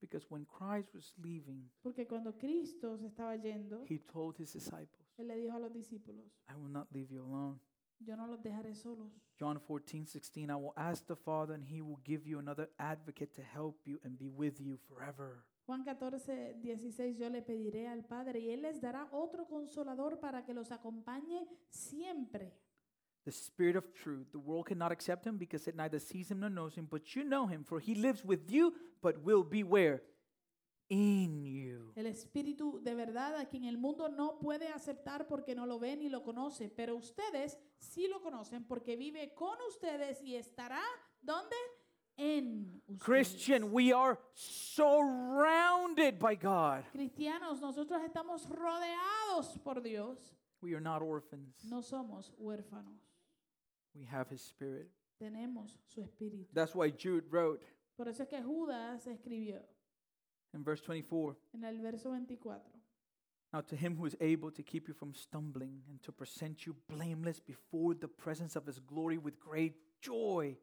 Speaker 2: Because when Christ was leaving,
Speaker 1: Porque cuando Cristo se estaba yendo,
Speaker 2: he told his disciples,
Speaker 1: Él le dijo a los discípulos,
Speaker 2: I will not leave you alone.
Speaker 1: yo no los dejaré solos.
Speaker 2: John 14, 16, I will ask the Father, and he will give you another advocate to help you and be with you forever.
Speaker 1: Juan 14, 16, yo le pediré al Padre y Él les dará otro consolador para que los acompañe siempre.
Speaker 2: The Spirit of truth. The world cannot accept him because it neither sees him nor knows him, but you know him, for he lives with you, but will be where? In you.
Speaker 1: El Espíritu de verdad a quien el mundo no puede aceptar porque no lo ve ni lo conoce, pero ustedes sí lo conocen porque vive con ustedes y estará ¿dónde? En ustedes.
Speaker 2: Christian, we are surrounded by God.
Speaker 1: Cristianos, nosotros estamos rodeados por Dios.
Speaker 2: We are not orphans.
Speaker 1: No somos huérfanos.
Speaker 2: We have his spirit.
Speaker 1: Tenemos su espíritu.
Speaker 2: That's why Jude wrote
Speaker 1: Por eso es que Judas escribió
Speaker 2: in verse 24
Speaker 1: en el verso 24.
Speaker 2: Now to him who is able to keep you from stumbling and to present you blameless before the presence of his glory with great joy.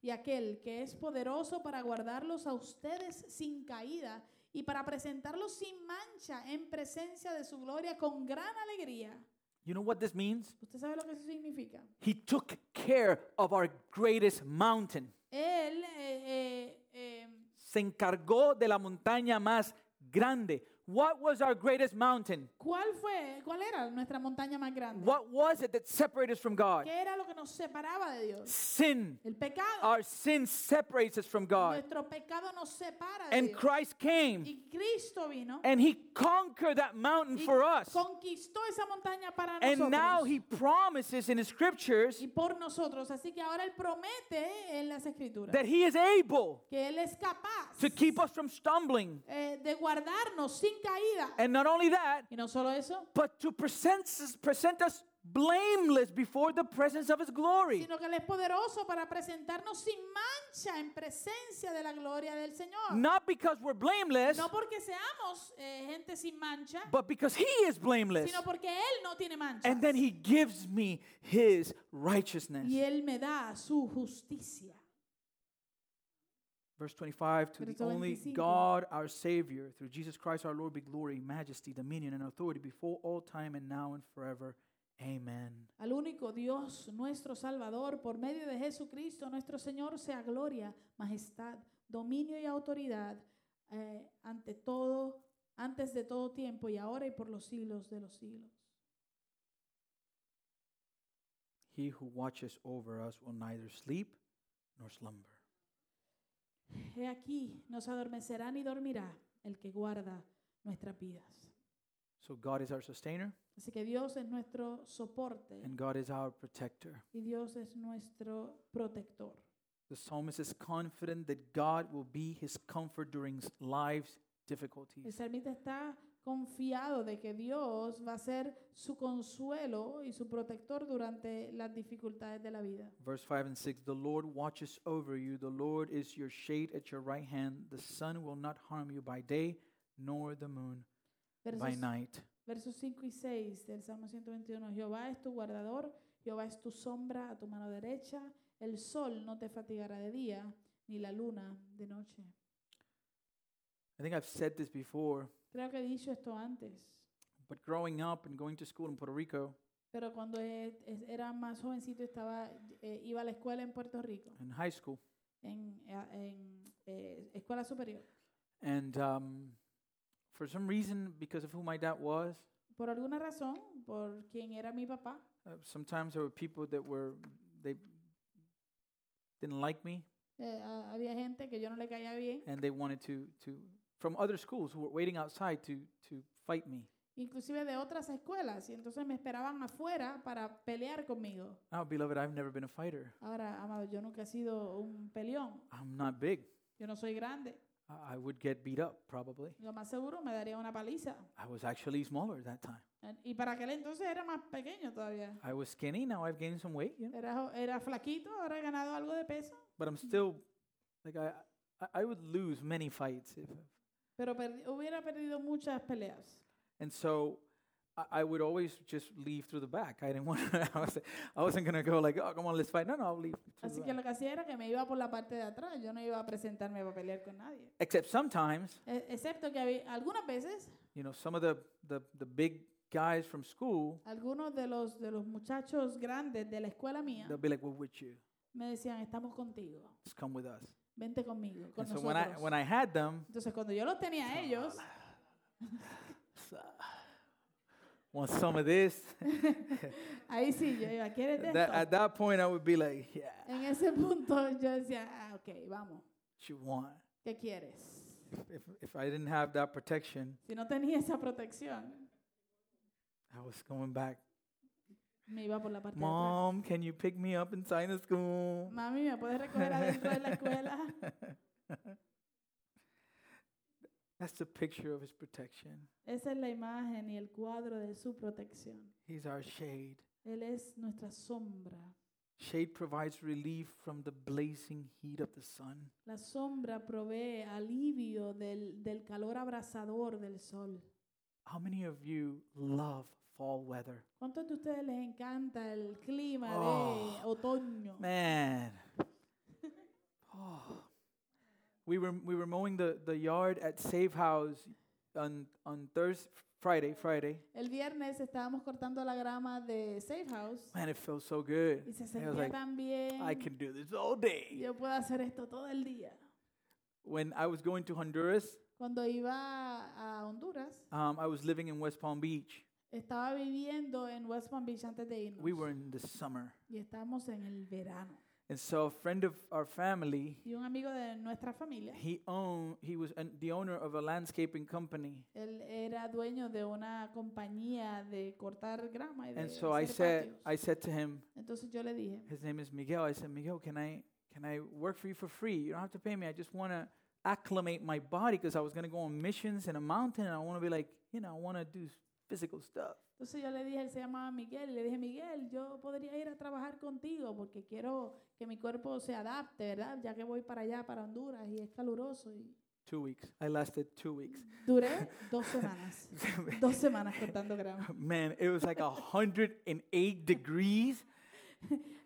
Speaker 1: Y aquel que es poderoso para guardarlos a ustedes sin caída y para presentarlos sin mancha en presencia de su gloria con gran alegría.
Speaker 2: You know what this means?
Speaker 1: ¿Usted sabe lo que eso significa?
Speaker 2: He took care of our greatest mountain.
Speaker 1: Él eh, eh, eh,
Speaker 2: Se encargó de la montaña más grande. What was our greatest mountain?
Speaker 1: ¿Cuál fue? ¿Cuál era nuestra montaña más grande?
Speaker 2: What was it that separated us from God?
Speaker 1: ¿Qué era lo que nos separaba de Dios?
Speaker 2: Sin.
Speaker 1: El pecado.
Speaker 2: Our sin separates us from God.
Speaker 1: Nuestro pecado nos separa de
Speaker 2: And
Speaker 1: Dios.
Speaker 2: Christ came
Speaker 1: Y Cristo vino
Speaker 2: and he conquered that mountain
Speaker 1: y
Speaker 2: for us.
Speaker 1: conquistó esa montaña para
Speaker 2: And now
Speaker 1: nosotros
Speaker 2: he promises in his scriptures
Speaker 1: y por nosotros. Así que ahora Él promete en las Escrituras
Speaker 2: that he is able
Speaker 1: que Él es capaz
Speaker 2: to keep us from stumbling.
Speaker 1: eh, de guardarnos sin caída.
Speaker 2: And not only that,
Speaker 1: Y no solo eso,
Speaker 2: but to present, present us blameless before the presence of his glory.
Speaker 1: sino que Él es poderoso para presentarnos sin mancha en presencia de la gloria del Señor.
Speaker 2: Not because we're blameless,
Speaker 1: No porque seamos eh, gente sin mancha,
Speaker 2: but because he is blameless.
Speaker 1: sino porque Él no tiene mancha.
Speaker 2: And then he gives me his righteousness.
Speaker 1: y Él me da su justicia.
Speaker 2: Verse 25 To the
Speaker 1: Verso
Speaker 2: only
Speaker 1: 25.
Speaker 2: God, our Savior, through Jesus Christ our Lord, be glory, majesty, dominion, and authority before all time and now and forever. Amen.
Speaker 1: Al único Dios, nuestro Salvador, por medio de Jesucristo, nuestro Señor, sea gloria, majestad, dominio y autoridad eh, ante todo, antes de todo tiempo y ahora y por los siglos de los siglos.
Speaker 2: He who watches over us will neither sleep nor slumber.
Speaker 1: He aquí, no se adormecerá ni dormirá el que guarda nuestras vidas.
Speaker 2: So God is our sustainer
Speaker 1: Así que Dios es nuestro soporte
Speaker 2: and God is our protector.
Speaker 1: y Dios es nuestro protector.
Speaker 2: The psalmist is confident that God will be his comfort during s- life's difficulties.
Speaker 1: El salmista está confiado de que Dios va a ser su consuelo y su protector durante las dificultades de la vida.
Speaker 2: Verse 5 and 6 The Lord watches over you. The Lord is your shade at your right hand. The sun will not harm you by day, nor the moon by
Speaker 1: Versos,
Speaker 2: night.
Speaker 1: versos 5 y 6 del Salmo 121. Jehová es tu guardador, Jehová es tu sombra a tu mano derecha, el sol no te fatigará de día, ni la luna de noche.
Speaker 2: I think I've said this before,
Speaker 1: Creo que he dicho esto antes,
Speaker 2: but growing up and going to school in Puerto Rico,
Speaker 1: pero cuando eh, es- era más jovencito estaba, eh, iba a la escuela en Puerto Rico,
Speaker 2: in high school,
Speaker 1: en, eh, en, eh, escuela superior.
Speaker 2: and um, for some reason, because of who my dad was,
Speaker 1: por alguna razón, por quien era mi papá,
Speaker 2: uh, sometimes there were people that were, they didn't like me
Speaker 1: eh, a- había gente que yo no le caía bien,
Speaker 2: and they wanted to, to from other schools who were waiting outside to, to fight me.
Speaker 1: inclusive de otras escuelas, y entonces me esperaban afuera para pelear conmigo.
Speaker 2: Now, Oh, beloved, I've never been a fighter.
Speaker 1: Ahora, amado, yo nunca he sido un peleón,
Speaker 2: I'm not big.
Speaker 1: yo no soy grande,
Speaker 2: I I would get beat up probably.
Speaker 1: lo más seguro me daría una paliza.
Speaker 2: I was actually smaller at that time.
Speaker 1: Eh, Y para aquel entonces era más pequeño todavía.
Speaker 2: I was skinny. Now I've gained some weight, you know,
Speaker 1: Era, jo- era flaquito, ahora he ganado algo de peso,
Speaker 2: but I'm still like I I- I would lose many fights if.
Speaker 1: pero perdi- hubiera perdido muchas peleas.
Speaker 2: And so I- I would always just leave through the back. I didn't <laughs> want to, I, was, I wasn't going to go like, oh, come on, let's fight. No, no, I'll leave. through the
Speaker 1: Así que
Speaker 2: back.
Speaker 1: lo que hacía era que me iba por la parte de atrás, yo no iba a presentarme para pelear con nadie.
Speaker 2: Except sometimes,
Speaker 1: E- Excepto que había- algunas veces
Speaker 2: you know, some of the, the, the big guys from school,
Speaker 1: algunos de los de los muchachos grandes de la escuela mía
Speaker 2: they'll be like, we're with you.
Speaker 1: me decían, "Estamos contigo.
Speaker 2: Just come with us.
Speaker 1: Vente conmigo, con
Speaker 2: And so when I,
Speaker 1: nosotros."
Speaker 2: when I had them,
Speaker 1: Entonces cuando yo los tenía a ellos,
Speaker 2: uh, want some
Speaker 1: <laughs>
Speaker 2: of this,
Speaker 1: ahí sí yo iba, "¿Quieres de
Speaker 2: that,
Speaker 1: esto?"
Speaker 2: at that point I would be like, yeah,
Speaker 1: En ese <laughs> punto yo decía, "Ah, ok, vamos.
Speaker 2: what you want.
Speaker 1: ¿Qué quieres?"
Speaker 2: If, if I didn't have that protection,
Speaker 1: Si no tenía esa protección,
Speaker 2: I was going back.
Speaker 1: me iba por la parte de
Speaker 2: Mom, can you pick me up inside the school?
Speaker 1: atrás. Mami, ¿me puedes recoger adentro de la escuela? <laughs>
Speaker 2: That's the picture of his protection.
Speaker 1: Esa es la imagen y el cuadro de su protección.
Speaker 2: He's our shade.
Speaker 1: Él es nuestra sombra.
Speaker 2: Shade provides relief from the blazing heat of the sun.
Speaker 1: La sombra provee alivio del, del calor abrasador del sol.
Speaker 2: How many of you love fall weather?
Speaker 1: ¿Cuántos de ustedes les encanta el clima de
Speaker 2: Oh,
Speaker 1: otoño?
Speaker 2: Man. Oh. We were we were mowing the, the yard at Safe House on on Thursday Friday, Friday.
Speaker 1: El viernes estábamos cortando la grama de Safe House
Speaker 2: Man, it felt so good.
Speaker 1: y se
Speaker 2: I was
Speaker 1: sentía
Speaker 2: like,
Speaker 1: tan bien.
Speaker 2: I can do this all day.
Speaker 1: Yo puedo hacer esto todo el día.
Speaker 2: When I was going to Honduras,
Speaker 1: Cuando iba a Honduras,
Speaker 2: um, I was living in West Palm Beach.
Speaker 1: estaba viviendo en West Palm Beach antes de irnos.
Speaker 2: We were in the summer.
Speaker 1: y estábamos en el verano.
Speaker 2: And so a friend of our family,
Speaker 1: Y un amigo de nuestra familia,
Speaker 2: he owned, he was an, the owner of a landscaping company.
Speaker 1: él era dueño de una compañía de cortar grama y de
Speaker 2: And so I
Speaker 1: hacer
Speaker 2: said,
Speaker 1: patios.
Speaker 2: I said to him,
Speaker 1: Entonces yo le dije,
Speaker 2: his name is Miguel. I said, Miguel, can I, can I work for you for free? You don't have to pay me. I just want to acclimate my body because I was going to go on missions in a mountain and I want to be like, you know, I want to do s- physical stuff.
Speaker 1: entonces yo le dije, él se llamaba Miguel, y le dije, Miguel, yo podría ir a trabajar contigo porque quiero que mi cuerpo se adapte, ¿verdad? Ya que voy para allá, para Honduras, y es caluroso. Y
Speaker 2: Two weeks. I lasted two weeks. <laughs>
Speaker 1: duré dos semanas, dos semanas cortando grama.
Speaker 2: Man, it was like 108 degrees.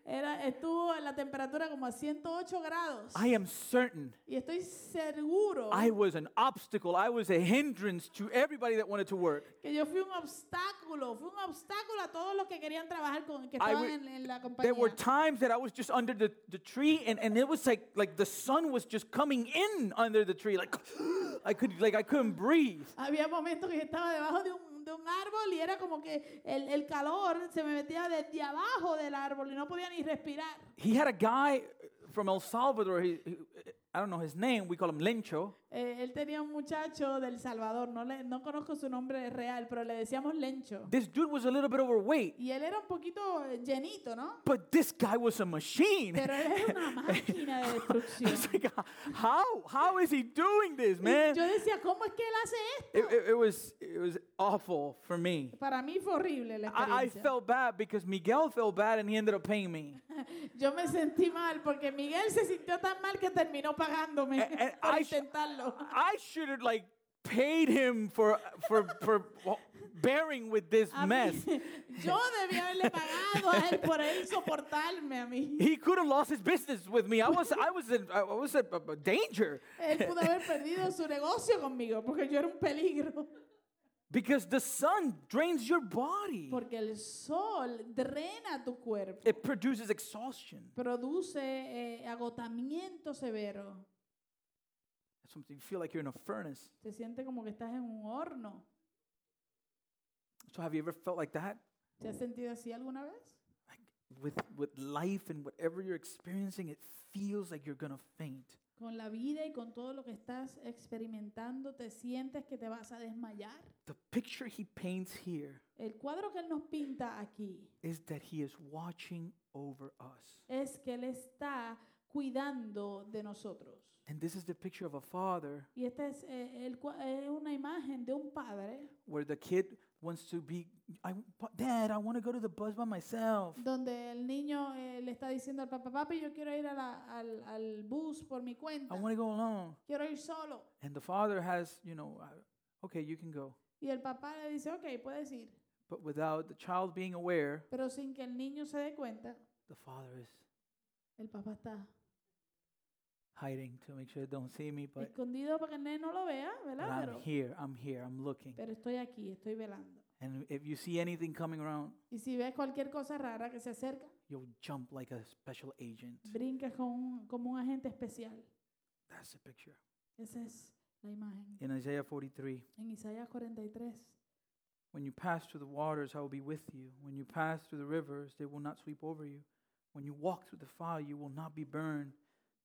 Speaker 1: Era, estuvo en la temperatura como a 108 grados.
Speaker 2: I am certain
Speaker 1: y estoy seguro
Speaker 2: I was an obstacle. I was a hindrance to everybody that wanted to work.
Speaker 1: que yo fui un obstáculo, fui un obstáculo a todos los que querían trabajar con, que
Speaker 2: I
Speaker 1: estaban
Speaker 2: would-
Speaker 1: en, en la compañía.
Speaker 2: There were times that I was just under the, the tree and, and it was like like the sun was just coming in under the tree. Like <gasps> I could like I couldn't breathe.
Speaker 1: Había momentos que yo estaba debajo de un, de un árbol y era como que el, el calor se me metía desde abajo del árbol y no podía ni respirar.
Speaker 2: He had a guy from El Salvador, he, he- I don't know his name, we call him Lencho.
Speaker 1: Eh, él tenía un muchacho del Salvador, no, le, no conozco su nombre real, pero le decíamos Lencho.
Speaker 2: This dude was a little bit overweight,
Speaker 1: Y él era un poquito eh, llenito, ¿no?
Speaker 2: but this guy was a machine. <laughs>
Speaker 1: Pero él era una máquina de destrucción.
Speaker 2: It's like, how how is he doing this, man?
Speaker 1: Yo decía, ¿cómo es que él hace esto?
Speaker 2: It, it, it was it was awful for me.
Speaker 1: Para mí fue horrible la
Speaker 2: I, I
Speaker 1: experiencia.
Speaker 2: felt bad because Miguel felt bad and he ended up paying me.
Speaker 1: Yo me sentí mal porque Miguel se sintió tan mal que terminó pagándome
Speaker 2: Eh, eh,
Speaker 1: <laughs> por
Speaker 2: I-
Speaker 1: intentarlo.
Speaker 2: I should have like paid him for for for bearing with this
Speaker 1: A mí- <laughs>
Speaker 2: mess.
Speaker 1: yo debí haberle pagado a él por él soportarme a mí.
Speaker 2: He could have lost his business with me. I was I was in I was in a- a danger
Speaker 1: Él pudo haber perdido su negocio conmigo porque yo era un peligro.
Speaker 2: because the sun drains your body.
Speaker 1: Porque el sol drena tu cuerpo,
Speaker 2: It produces exhaustion.
Speaker 1: produce eh, agotamiento severo.
Speaker 2: That's something you feel like you're in a furnace.
Speaker 1: Se siente como que estás en un horno.
Speaker 2: So have you ever felt like that
Speaker 1: ¿Te has sentido así alguna vez?
Speaker 2: with with life and whatever you're experiencing? It feels like you're gonna faint.
Speaker 1: Con la vida y con todo lo que estás experimentando, te sientes que te vas a desmayar.
Speaker 2: The picture he paints here
Speaker 1: El cuadro que él nos pinta aquí
Speaker 2: is that he is watching over us.
Speaker 1: es que él está cuidando de nosotros.
Speaker 2: And this is the picture of a father
Speaker 1: Y esta es, eh, el cua- es una imagen de un padre
Speaker 2: where the kid wants to be I but dad, I want to go to the bus by myself.
Speaker 1: donde el niño eh, le está diciendo al papá, papi, yo quiero ir a la- al, al bus por mi
Speaker 2: I
Speaker 1: cuenta,
Speaker 2: want to go alone.
Speaker 1: quiero ir solo.
Speaker 2: And the father has, you know, uh, okay, you can go.
Speaker 1: Y el papá le dice, ok, puedes ir.
Speaker 2: But without the child being aware,
Speaker 1: Pero sin que el niño se dé cuenta,
Speaker 2: the father is
Speaker 1: el papá está
Speaker 2: hiding to make sure they don't see me, but,
Speaker 1: escondido para que el nene no lo vea,
Speaker 2: but
Speaker 1: ¿verdad?
Speaker 2: I'm
Speaker 1: Pero,
Speaker 2: here, I'm here, I'm looking.
Speaker 1: pero estoy aquí, estoy velando.
Speaker 2: And if you see anything coming around,
Speaker 1: Y si ves cualquier cosa rara que se acerca,
Speaker 2: you'll jump like a special agent.
Speaker 1: brincas con un- como un agente especial.
Speaker 2: That's the picture.
Speaker 1: Esa es la imagen.
Speaker 2: In Isaiah 43,
Speaker 1: En Isaías 43.
Speaker 2: When you pass through the waters, I will be with you. When you pass through the rivers, they will not sweep over you. When you walk through the fire, you will not be burned.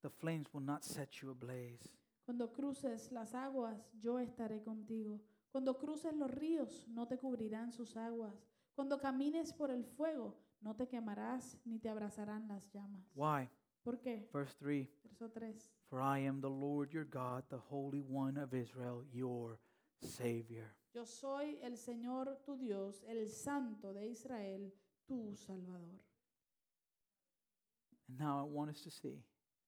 Speaker 2: The flames will not set you ablaze.
Speaker 1: Cuando cruces las aguas, yo estaré contigo. Cuando cruces los ríos, no te cubrirán sus aguas. Cuando camines por el fuego, no te quemarás ni te abrazarán las llamas.
Speaker 2: Why?
Speaker 1: ¿Por qué?
Speaker 2: Verse 3
Speaker 1: Verso 3.
Speaker 2: For I am the Lord your God, the Holy One of Israel, your Savior.
Speaker 1: Yo soy el Señor tu Dios, el Santo de Israel, tu Salvador.
Speaker 2: And now I want us to see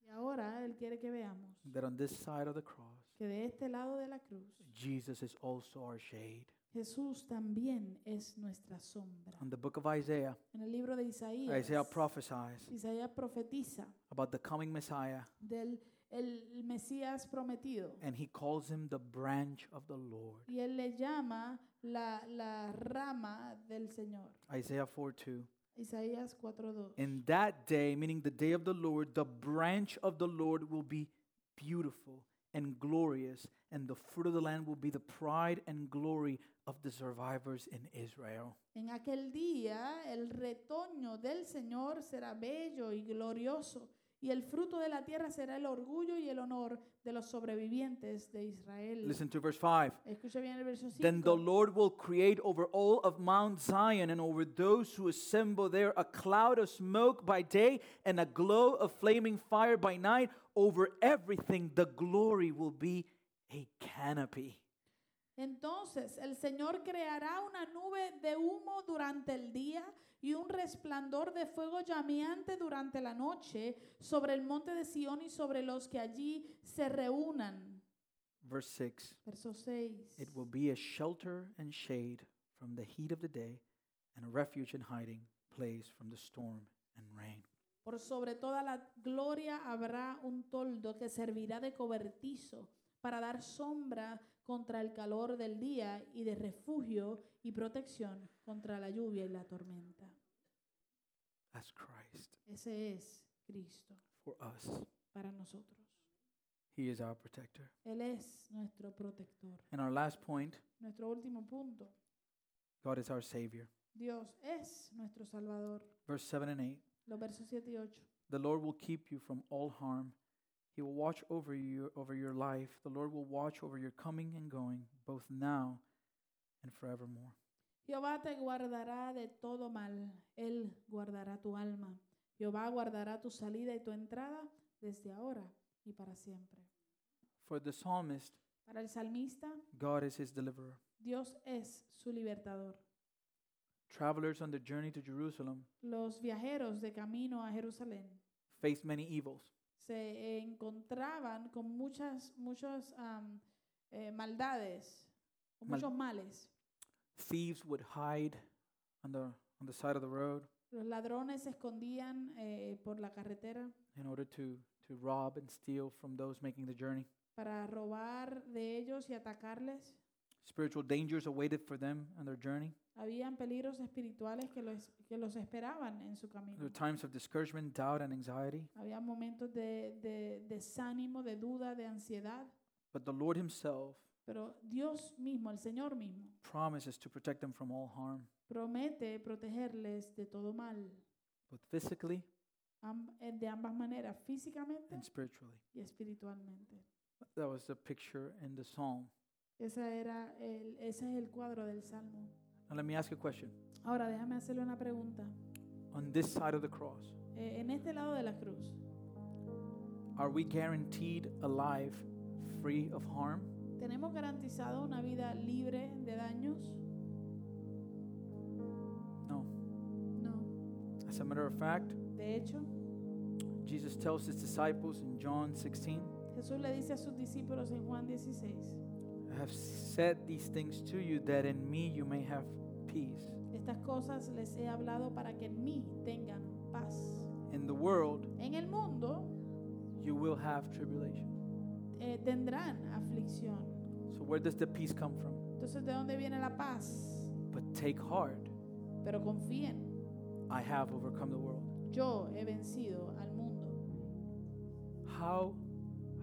Speaker 1: Y ahora Él quiere que veamos
Speaker 2: that on this side of the cross,
Speaker 1: que de este lado de la cruz,
Speaker 2: Jesus is also our shade.
Speaker 1: Jesús también es nuestra sombra.
Speaker 2: In the book of Isaiah,
Speaker 1: En el libro de Isaías,
Speaker 2: Isaiah prophesies
Speaker 1: Isaías profetiza
Speaker 2: about the coming Messiah
Speaker 1: del el Mesías prometido.
Speaker 2: and he calls him the branch of the Lord.
Speaker 1: Y él le llama la, la rama del Señor.
Speaker 2: Isaiah 4 2.
Speaker 1: Isaías 4.2.
Speaker 2: In that day, meaning the day of the Lord, the branch of the Lord will be beautiful and glorious, and the fruit of the land will be the pride and glory of the survivors in Israel.
Speaker 1: En aquel día el retoño del Señor será bello y glorioso, y el fruto de la tierra será el orgullo y el honor de los sobrevivientes de Israel.
Speaker 2: Listen to verse 5.
Speaker 1: Escuche bien el verso
Speaker 2: Then the
Speaker 1: 5.
Speaker 2: Lord will create over all of Mount Zion and over those who assemble there a cloud of smoke by day and a glow of flaming fire by night. Over everything, the glory will be a canopy.
Speaker 1: Entonces el Señor creará una nube de humo durante el día y un resplandor de fuego llameante durante la noche sobre el monte de Sión y sobre los que allí se reúnan.
Speaker 2: Verse 6
Speaker 1: Verso 6.
Speaker 2: It will be a shelter and shade from the heat of the day, and a refuge and hiding place from the storm and rain.
Speaker 1: Por sobre toda la gloria habrá un toldo que servirá de cobertizo para dar sombra contra el calor del día y de refugio y protección contra la lluvia y la tormenta.
Speaker 2: That's Christ
Speaker 1: Ese es Cristo
Speaker 2: for us.
Speaker 1: para nosotros.
Speaker 2: He is our protector.
Speaker 1: Él es nuestro protector.
Speaker 2: And our last point
Speaker 1: Nuestro último punto.
Speaker 2: God is our Savior.
Speaker 1: Dios es nuestro Salvador.
Speaker 2: Verse 7 and 8.
Speaker 1: Los versos 7 y 8.
Speaker 2: The Lord will keep you from all harm. He will watch over you over your life. The Lord will watch over your coming and going, both now and forevermore.
Speaker 1: Jehová te guardará de todo mal, Él guardará tu alma. Jehová guardará tu salida y tu entrada desde ahora y para siempre.
Speaker 2: For the psalmist,
Speaker 1: Para el salmista,
Speaker 2: God is his deliverer.
Speaker 1: Dios es su libertador.
Speaker 2: Travelers on their journey to Jerusalem
Speaker 1: Los viajeros de camino a Jerusalén
Speaker 2: faced many evils,
Speaker 1: se encontraban con muchas, muchas am, eh, maldades, con
Speaker 2: Mal-
Speaker 1: muchos males.
Speaker 2: thieves would hide on the on the side of the road
Speaker 1: Los ladrones se escondían eh, por la carretera
Speaker 2: in order to to rob and steal from those making the journey.
Speaker 1: para robar de ellos y atacarles.
Speaker 2: Spiritual dangers awaited for them on their journey.
Speaker 1: Habían peligros espirituales que los, que los esperaban en su
Speaker 2: There
Speaker 1: camino.
Speaker 2: were times of discouragement, doubt, and anxiety.
Speaker 1: Había momentos de, de desánimo, de duda, de ansiedad,
Speaker 2: But the Lord Himself
Speaker 1: pero Dios mismo, el Señor mismo,
Speaker 2: promises to protect them from all harm,
Speaker 1: promete protegerles de todo mal,
Speaker 2: both physically
Speaker 1: am- eh, de ambas maneras, físicamente
Speaker 2: and spiritually.
Speaker 1: y espiritualmente.
Speaker 2: That was the picture in the psalm.
Speaker 1: Esa era el, ese es el cuadro del Salmo.
Speaker 2: Now, let me ask you a question.
Speaker 1: Ahora déjame hacerle una pregunta.
Speaker 2: On this side of the cross,
Speaker 1: Eh, en este lado de la cruz,
Speaker 2: are we guaranteed alive, free of harm?
Speaker 1: ¿tenemos garantizado una vida libre de daños?
Speaker 2: No.
Speaker 1: No.
Speaker 2: As a matter of fact,
Speaker 1: De hecho,
Speaker 2: Jesus tells his disciples in John 16,
Speaker 1: Jesús le dice a sus discípulos en Juan 16,
Speaker 2: I have said these things to you that in me you may have peace.
Speaker 1: estas cosas les he hablado para que en mí tengan paz.
Speaker 2: In the world,
Speaker 1: En el mundo
Speaker 2: you will have tribulation.
Speaker 1: eh, tendrán aflicción.
Speaker 2: So, where does the peace come from?
Speaker 1: Entonces, ¿de dónde viene la paz?
Speaker 2: But take heart,
Speaker 1: Pero confíen,
Speaker 2: I have overcome the world.
Speaker 1: yo he vencido al mundo.
Speaker 2: How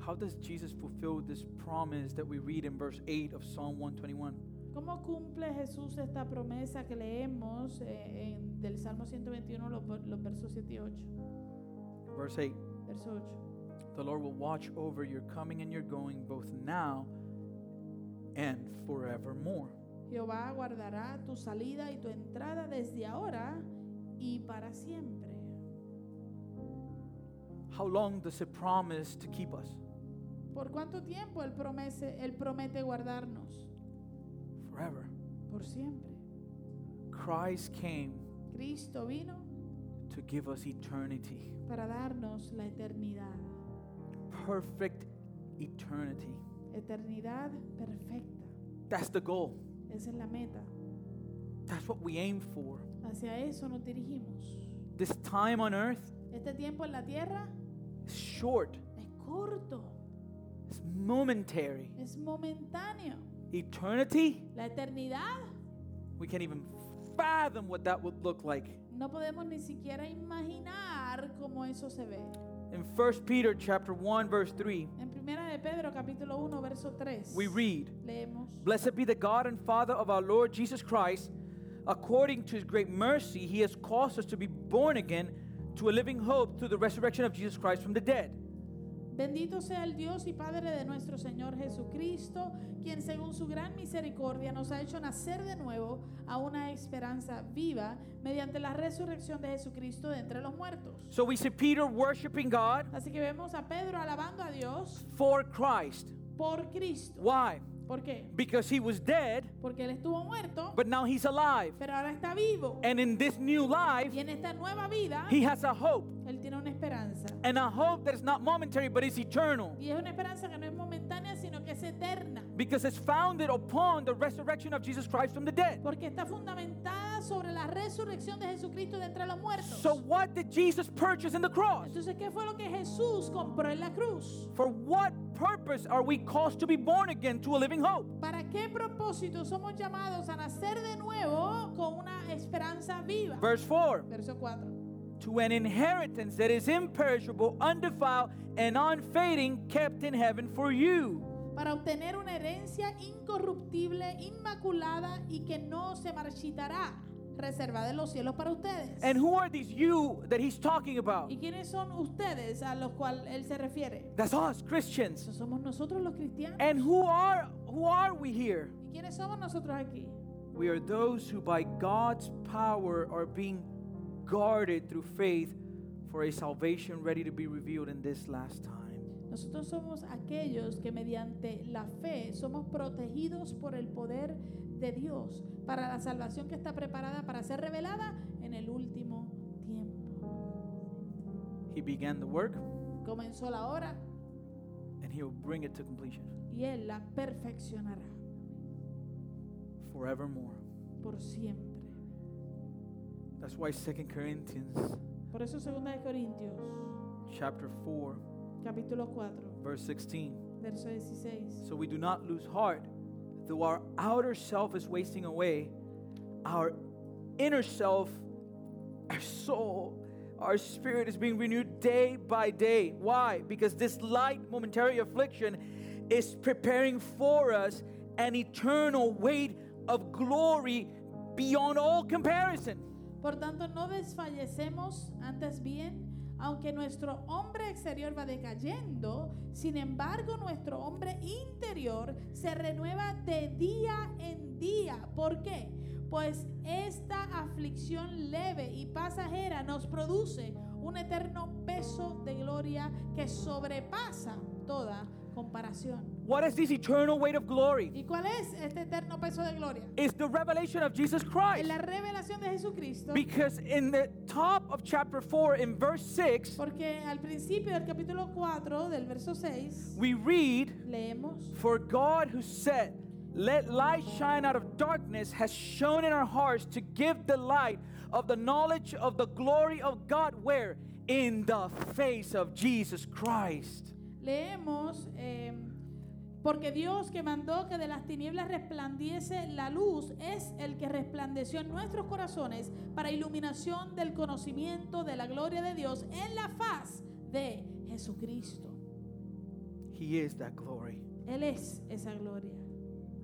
Speaker 2: how does Jesus fulfill this promise that we read in verse 8 of Psalm 121?
Speaker 1: ¿Cómo cumple Jesús esta promesa que leemos eh, en- del Salmo 121, los, ver- los versos 7 y 8?
Speaker 2: Verse 8.
Speaker 1: Verso 8.
Speaker 2: The Lord will watch over your coming and your going both now and forevermore.
Speaker 1: Jehová guardará tu salida y tu entrada desde ahora y para siempre.
Speaker 2: How long does it promise to keep us?
Speaker 1: ¿Por cuánto tiempo él, promese- él promete guardarnos?
Speaker 2: Forever.
Speaker 1: Por siempre.
Speaker 2: Christ came
Speaker 1: Cristo vino
Speaker 2: to give us eternity.
Speaker 1: para darnos la eternidad.
Speaker 2: Perfect eternity.
Speaker 1: Eternidad perfecta.
Speaker 2: That's the goal.
Speaker 1: Esa es la meta.
Speaker 2: That's what we aim for.
Speaker 1: Hacia eso nos dirigimos.
Speaker 2: This time on earth
Speaker 1: Este tiempo en la tierra
Speaker 2: is short.
Speaker 1: es corto,
Speaker 2: It's momentary.
Speaker 1: es momentáneo.
Speaker 2: Eternity,
Speaker 1: La eternidad
Speaker 2: we can't even fathom what that would look like.
Speaker 1: no podemos ni siquiera imaginar cómo eso se ve.
Speaker 2: In 1 Peter chapter 1 verse 3,
Speaker 1: En primera de Pedro capítulo 1 verso 3
Speaker 2: we read,
Speaker 1: leemos
Speaker 2: Blessed be the God and Father of our Lord Jesus Christ. According to his great mercy, he has caused us to be born again to a living hope through the resurrection of Jesus Christ from the dead.
Speaker 1: Bendito sea el Dios y Padre de nuestro Señor Jesucristo, quien según su gran misericordia nos ha hecho nacer de nuevo a una esperanza viva mediante la resurrección de Jesucristo de entre los muertos.
Speaker 2: So we see Peter worshiping God
Speaker 1: Así que vemos a Pedro alabando a Dios
Speaker 2: for Christ.
Speaker 1: por Cristo.
Speaker 2: Why?
Speaker 1: ¿Por qué?
Speaker 2: Because he was dead,
Speaker 1: Porque él estuvo muerto,
Speaker 2: but now he's alive.
Speaker 1: pero ahora está vivo.
Speaker 2: And in this new life,
Speaker 1: Y en esta nueva vida,
Speaker 2: he has a hope.
Speaker 1: él tiene una esperanza.
Speaker 2: And a hope that is not momentary, but is eternal.
Speaker 1: Y es una esperanza que no es momentánea, sino que es eterna.
Speaker 2: Because it's founded upon the resurrection of Jesus Christ from the dead.
Speaker 1: Porque está fundamentada sobre la resurrección de Jesucristo de entre los muertos.
Speaker 2: So, what did Jesus purchase in the cross?
Speaker 1: Entonces, ¿qué fue lo que Jesús compró en la cruz?
Speaker 2: For what purpose are we caused to be born again to a living hope?
Speaker 1: ¿Para qué propósito somos llamados a nacer de nuevo con una esperanza viva?
Speaker 2: Verse 4
Speaker 1: Verso 4.
Speaker 2: To an inheritance that is imperishable, undefiled, and unfading, kept in heaven for you.
Speaker 1: Para obtener una herencia incorruptible, inmaculada y que no se marchitará, reservada en los cielos para ustedes.
Speaker 2: And who are these you that he's talking about?
Speaker 1: ¿Y quiénes son ustedes a los cuales él se refiere?
Speaker 2: That's us, Christians.
Speaker 1: Eso somos nosotros los cristianos.
Speaker 2: And who are who are we here?
Speaker 1: ¿Y quiénes somos nosotros aquí?
Speaker 2: We are those who by God's power are being guarded through faith for a salvation ready to be revealed in this last time.
Speaker 1: Nosotros somos aquellos que mediante la fe somos protegidos por el poder de Dios para la salvación que está preparada para ser revelada en el último tiempo.
Speaker 2: He began the work
Speaker 1: Comenzó la hora
Speaker 2: and he will bring it to completion
Speaker 1: y Él la perfeccionará
Speaker 2: forevermore.
Speaker 1: por siempre.
Speaker 2: That's why 2 Corinthians
Speaker 1: Por eso 2 de Corintios
Speaker 2: chapter 4
Speaker 1: capítulo 4
Speaker 2: verse 16.
Speaker 1: verso 16.
Speaker 2: So we do not lose heart though our outer self is wasting away, our inner self, our soul, our spirit is being renewed day by day. Why? Because this light momentary affliction is preparing for us an eternal weight of glory beyond all comparison.
Speaker 1: Por tanto, no desfallecemos, antes bien, aunque nuestro hombre exterior va decayendo, sin embargo nuestro hombre interior se renueva de día en día. ¿Por qué? Pues esta aflicción leve y pasajera nos produce un eterno peso de gloria que sobrepasa toda comparación.
Speaker 2: What is this eternal weight of glory?
Speaker 1: ¿Y cuál es este eterno peso de gloria?
Speaker 2: It's the revelation of Jesus
Speaker 1: En
Speaker 2: Christ.
Speaker 1: la revelación de Jesucristo.
Speaker 2: Because in the top of chapter 4, in verse 6,
Speaker 1: Porque al principio del capítulo 4, del verso 6,
Speaker 2: we read,
Speaker 1: leemos,
Speaker 2: For God who said, Let light shine out of darkness, has shown in our hearts to give the light of the knowledge of the glory of God where? In the face of Jesus Christ.
Speaker 1: leemos, eh, porque Dios que mandó que de las tinieblas resplandiese la luz es el que resplandeció en nuestros corazones para iluminación del conocimiento de la gloria de Dios en la faz de Jesucristo.
Speaker 2: He is that glory.
Speaker 1: Él es esa gloria.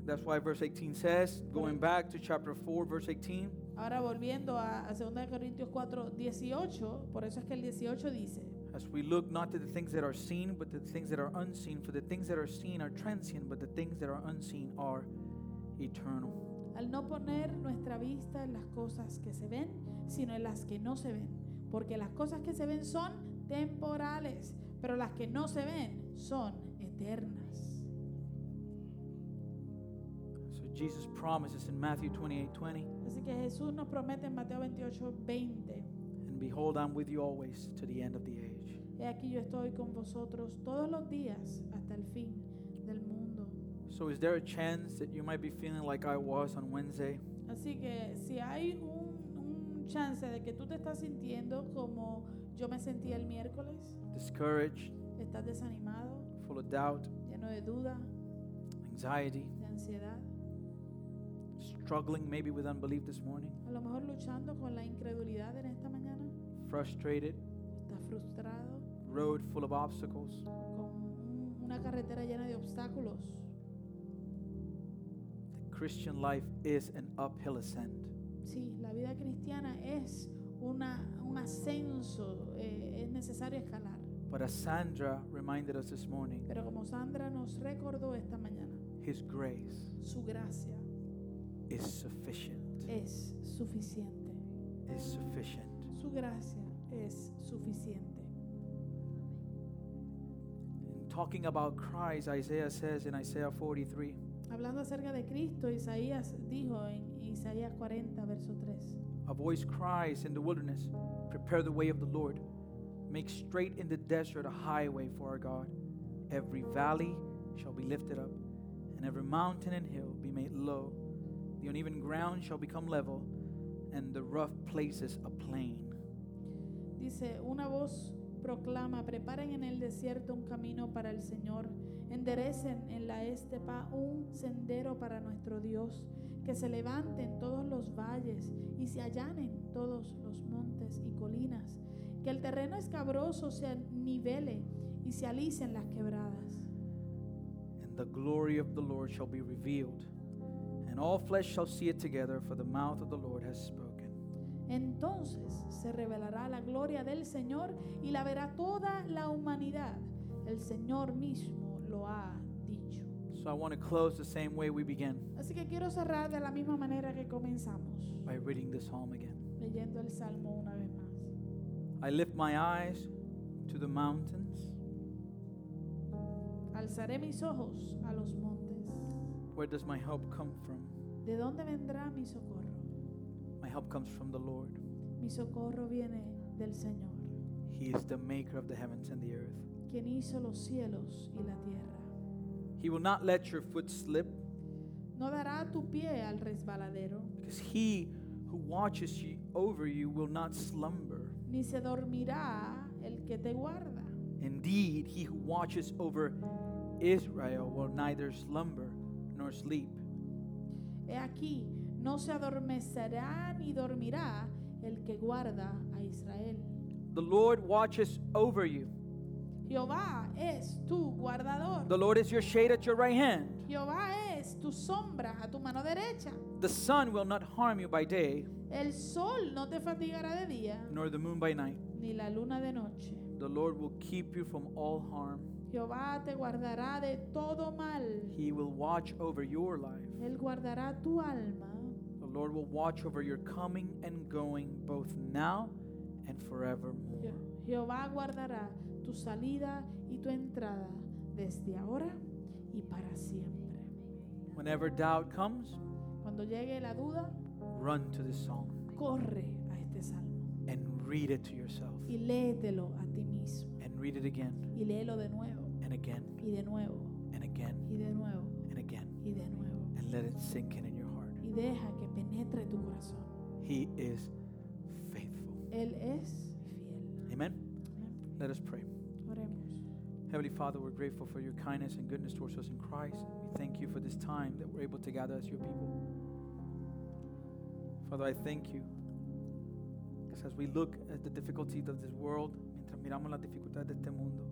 Speaker 2: That's why verse 18 says, going back to chapter 4, verse 18,
Speaker 1: Ahora volviendo a, a 2 de Corintios 4, 18, por eso es que el 18 dice,
Speaker 2: as we look not to the things that are seen, but to the things that are unseen, for the things that are seen are transient, but the things that are unseen are eternal.
Speaker 1: al no poner nuestra vista en las cosas que se ven, sino en las que no se ven. Porque las cosas que se ven son temporales, pero las que no se ven son eternas.
Speaker 2: So Jesus promises in Matthew 28 20,
Speaker 1: Así que Jesús nos promete en Mateo 28, 20,
Speaker 2: And behold, I'm with you always to the end of the age.
Speaker 1: He aquí yo estoy con vosotros todos los días hasta el fin del mundo.
Speaker 2: So, is there a chance that you might be feeling like I was on Wednesday?
Speaker 1: Así que si hay un, un chance de que tú te estás sintiendo como yo me sentí el miércoles,
Speaker 2: Discouraged,
Speaker 1: Estás desanimado,
Speaker 2: full of doubt,
Speaker 1: lleno de duda,
Speaker 2: anxiety,
Speaker 1: de ansiedad,
Speaker 2: struggling maybe with unbelief this morning,
Speaker 1: a lo mejor luchando con la incredulidad en esta mañana.
Speaker 2: frustrated,
Speaker 1: Estás frustrado
Speaker 2: road full of obstacles.
Speaker 1: con un- una carretera llena de obstáculos.
Speaker 2: The Christian life is an uphill ascent.
Speaker 1: Sí, la vida cristiana es una, un ascenso, eh, es necesario escalar.
Speaker 2: But as Sandra reminded us this morning,
Speaker 1: Pero como Sandra nos recordó esta mañana,
Speaker 2: His grace
Speaker 1: su gracia
Speaker 2: is sufficient.
Speaker 1: es suficiente.
Speaker 2: Is sufficient.
Speaker 1: Su gracia es suficiente.
Speaker 2: In talking about Christ, Isaiah says in Isaiah 43,
Speaker 1: Hablando acerca de Cristo, Isaías dijo en Isaías 40, verso 3,
Speaker 2: A voice cries in the wilderness, Prepare the way of the Lord. Make straight in the desert a highway for our God. Every valley shall be lifted up, and every mountain and hill be made low. The uneven ground shall become level, and the rough places a plain.
Speaker 1: dice, una voz proclama, preparen en el desierto un camino para el Señor, enderecen en la estepa un sendero para nuestro Dios, que se levanten todos los valles y se allanen todos los montes y colinas, que el terreno escabroso se nivele y se alicen las quebradas.
Speaker 2: And the glory of the Lord shall be revealed, and all flesh shall see it together, for the mouth of the Lord has spoken.
Speaker 1: Entonces se revelará la gloria del Señor y la verá toda la humanidad. El Señor mismo lo ha dicho.
Speaker 2: So I want to close the same way we began
Speaker 1: Así que quiero cerrar de la misma manera que comenzamos,
Speaker 2: by reading this psalm again.
Speaker 1: leyendo el Salmo una vez más.
Speaker 2: I lift my eyes to the mountains.
Speaker 1: Alzaré mis ojos a los montes.
Speaker 2: Where does my help come from?
Speaker 1: ¿De dónde vendrá mi socorro?
Speaker 2: My help comes from the Lord.
Speaker 1: Mi socorro viene del Señor,
Speaker 2: He is the maker of the heavens and the earth.
Speaker 1: quien hizo los cielos y la tierra.
Speaker 2: He will not let your foot slip
Speaker 1: No dará tu pie al resbaladero,
Speaker 2: because he who watches you over you will not slumber.
Speaker 1: ni se dormirá el que te guarda.
Speaker 2: Indeed, he who watches over Israel will neither slumber nor sleep.
Speaker 1: He aquí, no se adormecerá ni dormirá el que guarda a Israel.
Speaker 2: The Lord watches over you.
Speaker 1: Jehová es tu guardador.
Speaker 2: The Lord is your shade at your right hand.
Speaker 1: Jehová es tu sombra a tu mano derecha.
Speaker 2: The sun will not harm you by day,
Speaker 1: El sol no te fatigará de día,
Speaker 2: nor the moon by night.
Speaker 1: ni la luna de noche.
Speaker 2: The Lord will keep you from all harm.
Speaker 1: Jehová te guardará de todo mal.
Speaker 2: He will watch over your life.
Speaker 1: Él guardará tu alma.
Speaker 2: The Lord will watch over your coming and going, both now and forevermore.
Speaker 1: Je- Jehová guardará tu salida y tu entrada desde ahora y para siempre.
Speaker 2: Whenever doubt comes,
Speaker 1: Cuando llegue la duda,
Speaker 2: run to this psalm
Speaker 1: corre a este salmo
Speaker 2: and read it to yourself.
Speaker 1: y léetelo a ti mismo
Speaker 2: And read it again
Speaker 1: y léelo de nuevo
Speaker 2: and again
Speaker 1: y de nuevo
Speaker 2: and again
Speaker 1: y de nuevo
Speaker 2: and again.
Speaker 1: y de nuevo
Speaker 2: And let it sink in in your heart.
Speaker 1: y deja que penetre tu corazón.
Speaker 2: He is faithful.
Speaker 1: Él es fiel.
Speaker 2: Amen.
Speaker 1: Amén.
Speaker 2: Let us pray.
Speaker 1: Oremos.
Speaker 2: Heavenly Father, we're grateful for your kindness and goodness towards us in Christ. We thank you for this time that we're able to gather as your people. Father, I thank you because as we look at the difficulties of this world, mientras miramos las dificultades de este mundo,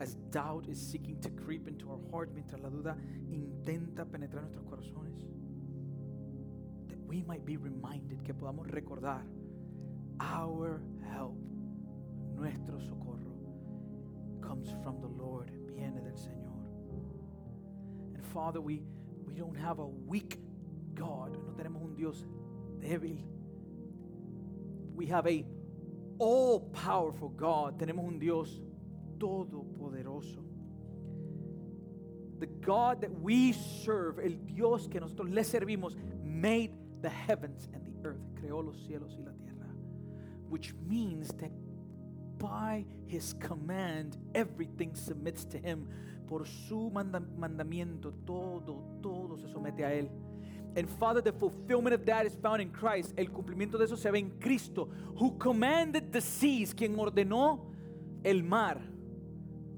Speaker 2: as doubt is seeking to creep into our heart, mientras la duda intenta penetrar nuestros corazones, that we might be reminded, que podamos recordar our help, nuestro socorro comes from the Lord, viene del Señor. And Father, we, we don't have a weak God, no tenemos un Dios débil. We have a all powerful God, tenemos un Dios todopoderoso. The God that we serve, el Dios que nosotros le servimos, made the heavens and the earth, creó los cielos y la tierra, which means that by his command everything submits to him por su manda- mandamiento todo todo se somete a él and father the fulfillment of that is found in Christ el cumplimiento de eso se ve en Cristo who commanded the seas quien ordenó el mar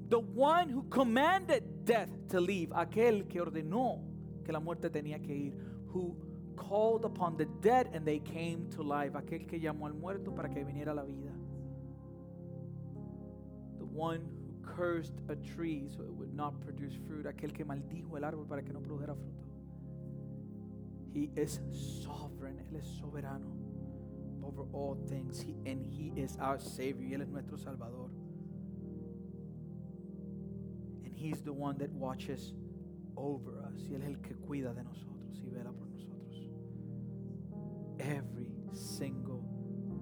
Speaker 2: The one who commanded death to leave, aquel que ordenó que la muerte tenía que ir, who called upon the dead and they came to life, aquel que llamó al muerto para que viniera la vida. The one who cursed a tree so it would not produce fruit, aquel que maldijo el árbol para que no produjera fruto. He is sovereign, él es soberano over all things, he, and he is our savior, y él es nuestro salvador. And he's the one that watches over us. Y Él es el que cuida de nosotros y vela por nosotros. Every single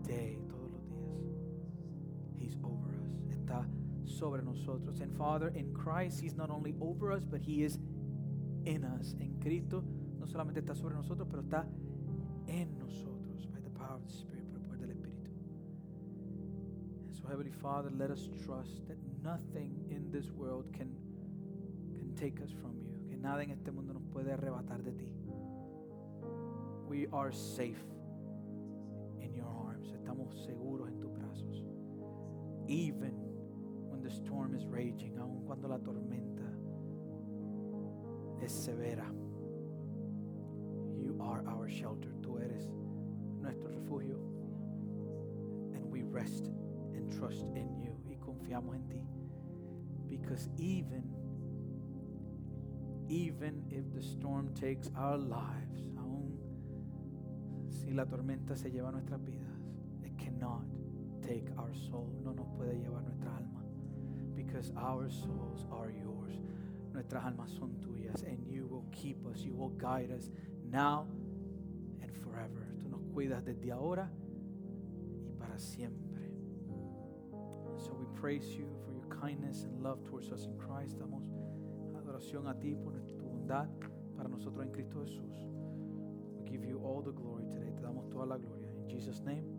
Speaker 2: day, todos los días. He's over us. Está sobre nosotros. And Father, in Christ, He's not only over us, but He is in us. En Cristo, no solamente está sobre nosotros, pero está en nosotros. By the power of the Spirit, por el poder del Espíritu. And so, Heavenly Father, let us trust that nothing in this world can can take us from you. Que nada en este mundo nos puede arrebatar de ti. We are safe in your arms. Estamos seguros en tus brazos. Even when the storm is raging, aun cuando la tormenta es severa. You are our shelter. Tú eres nuestro refugio. And we rest and trust in you. Y confiamos en ti. Because even even if the storm takes our lives, aun si la tormenta se lleva nuestras vidas, it cannot take our soul, no nos puede llevar nuestra alma, because our souls are yours, nuestras almas son tuyas, and you will keep us, you will guide us now and forever. Tú nos cuidas desde ahora y para siempre. So we praise you for your kindness and love towards us in Christ. Damos adoración a ti por tu bondad para nosotros en Cristo Jesús. We give you all the glory today. Te damos toda la gloria. In Jesus' name.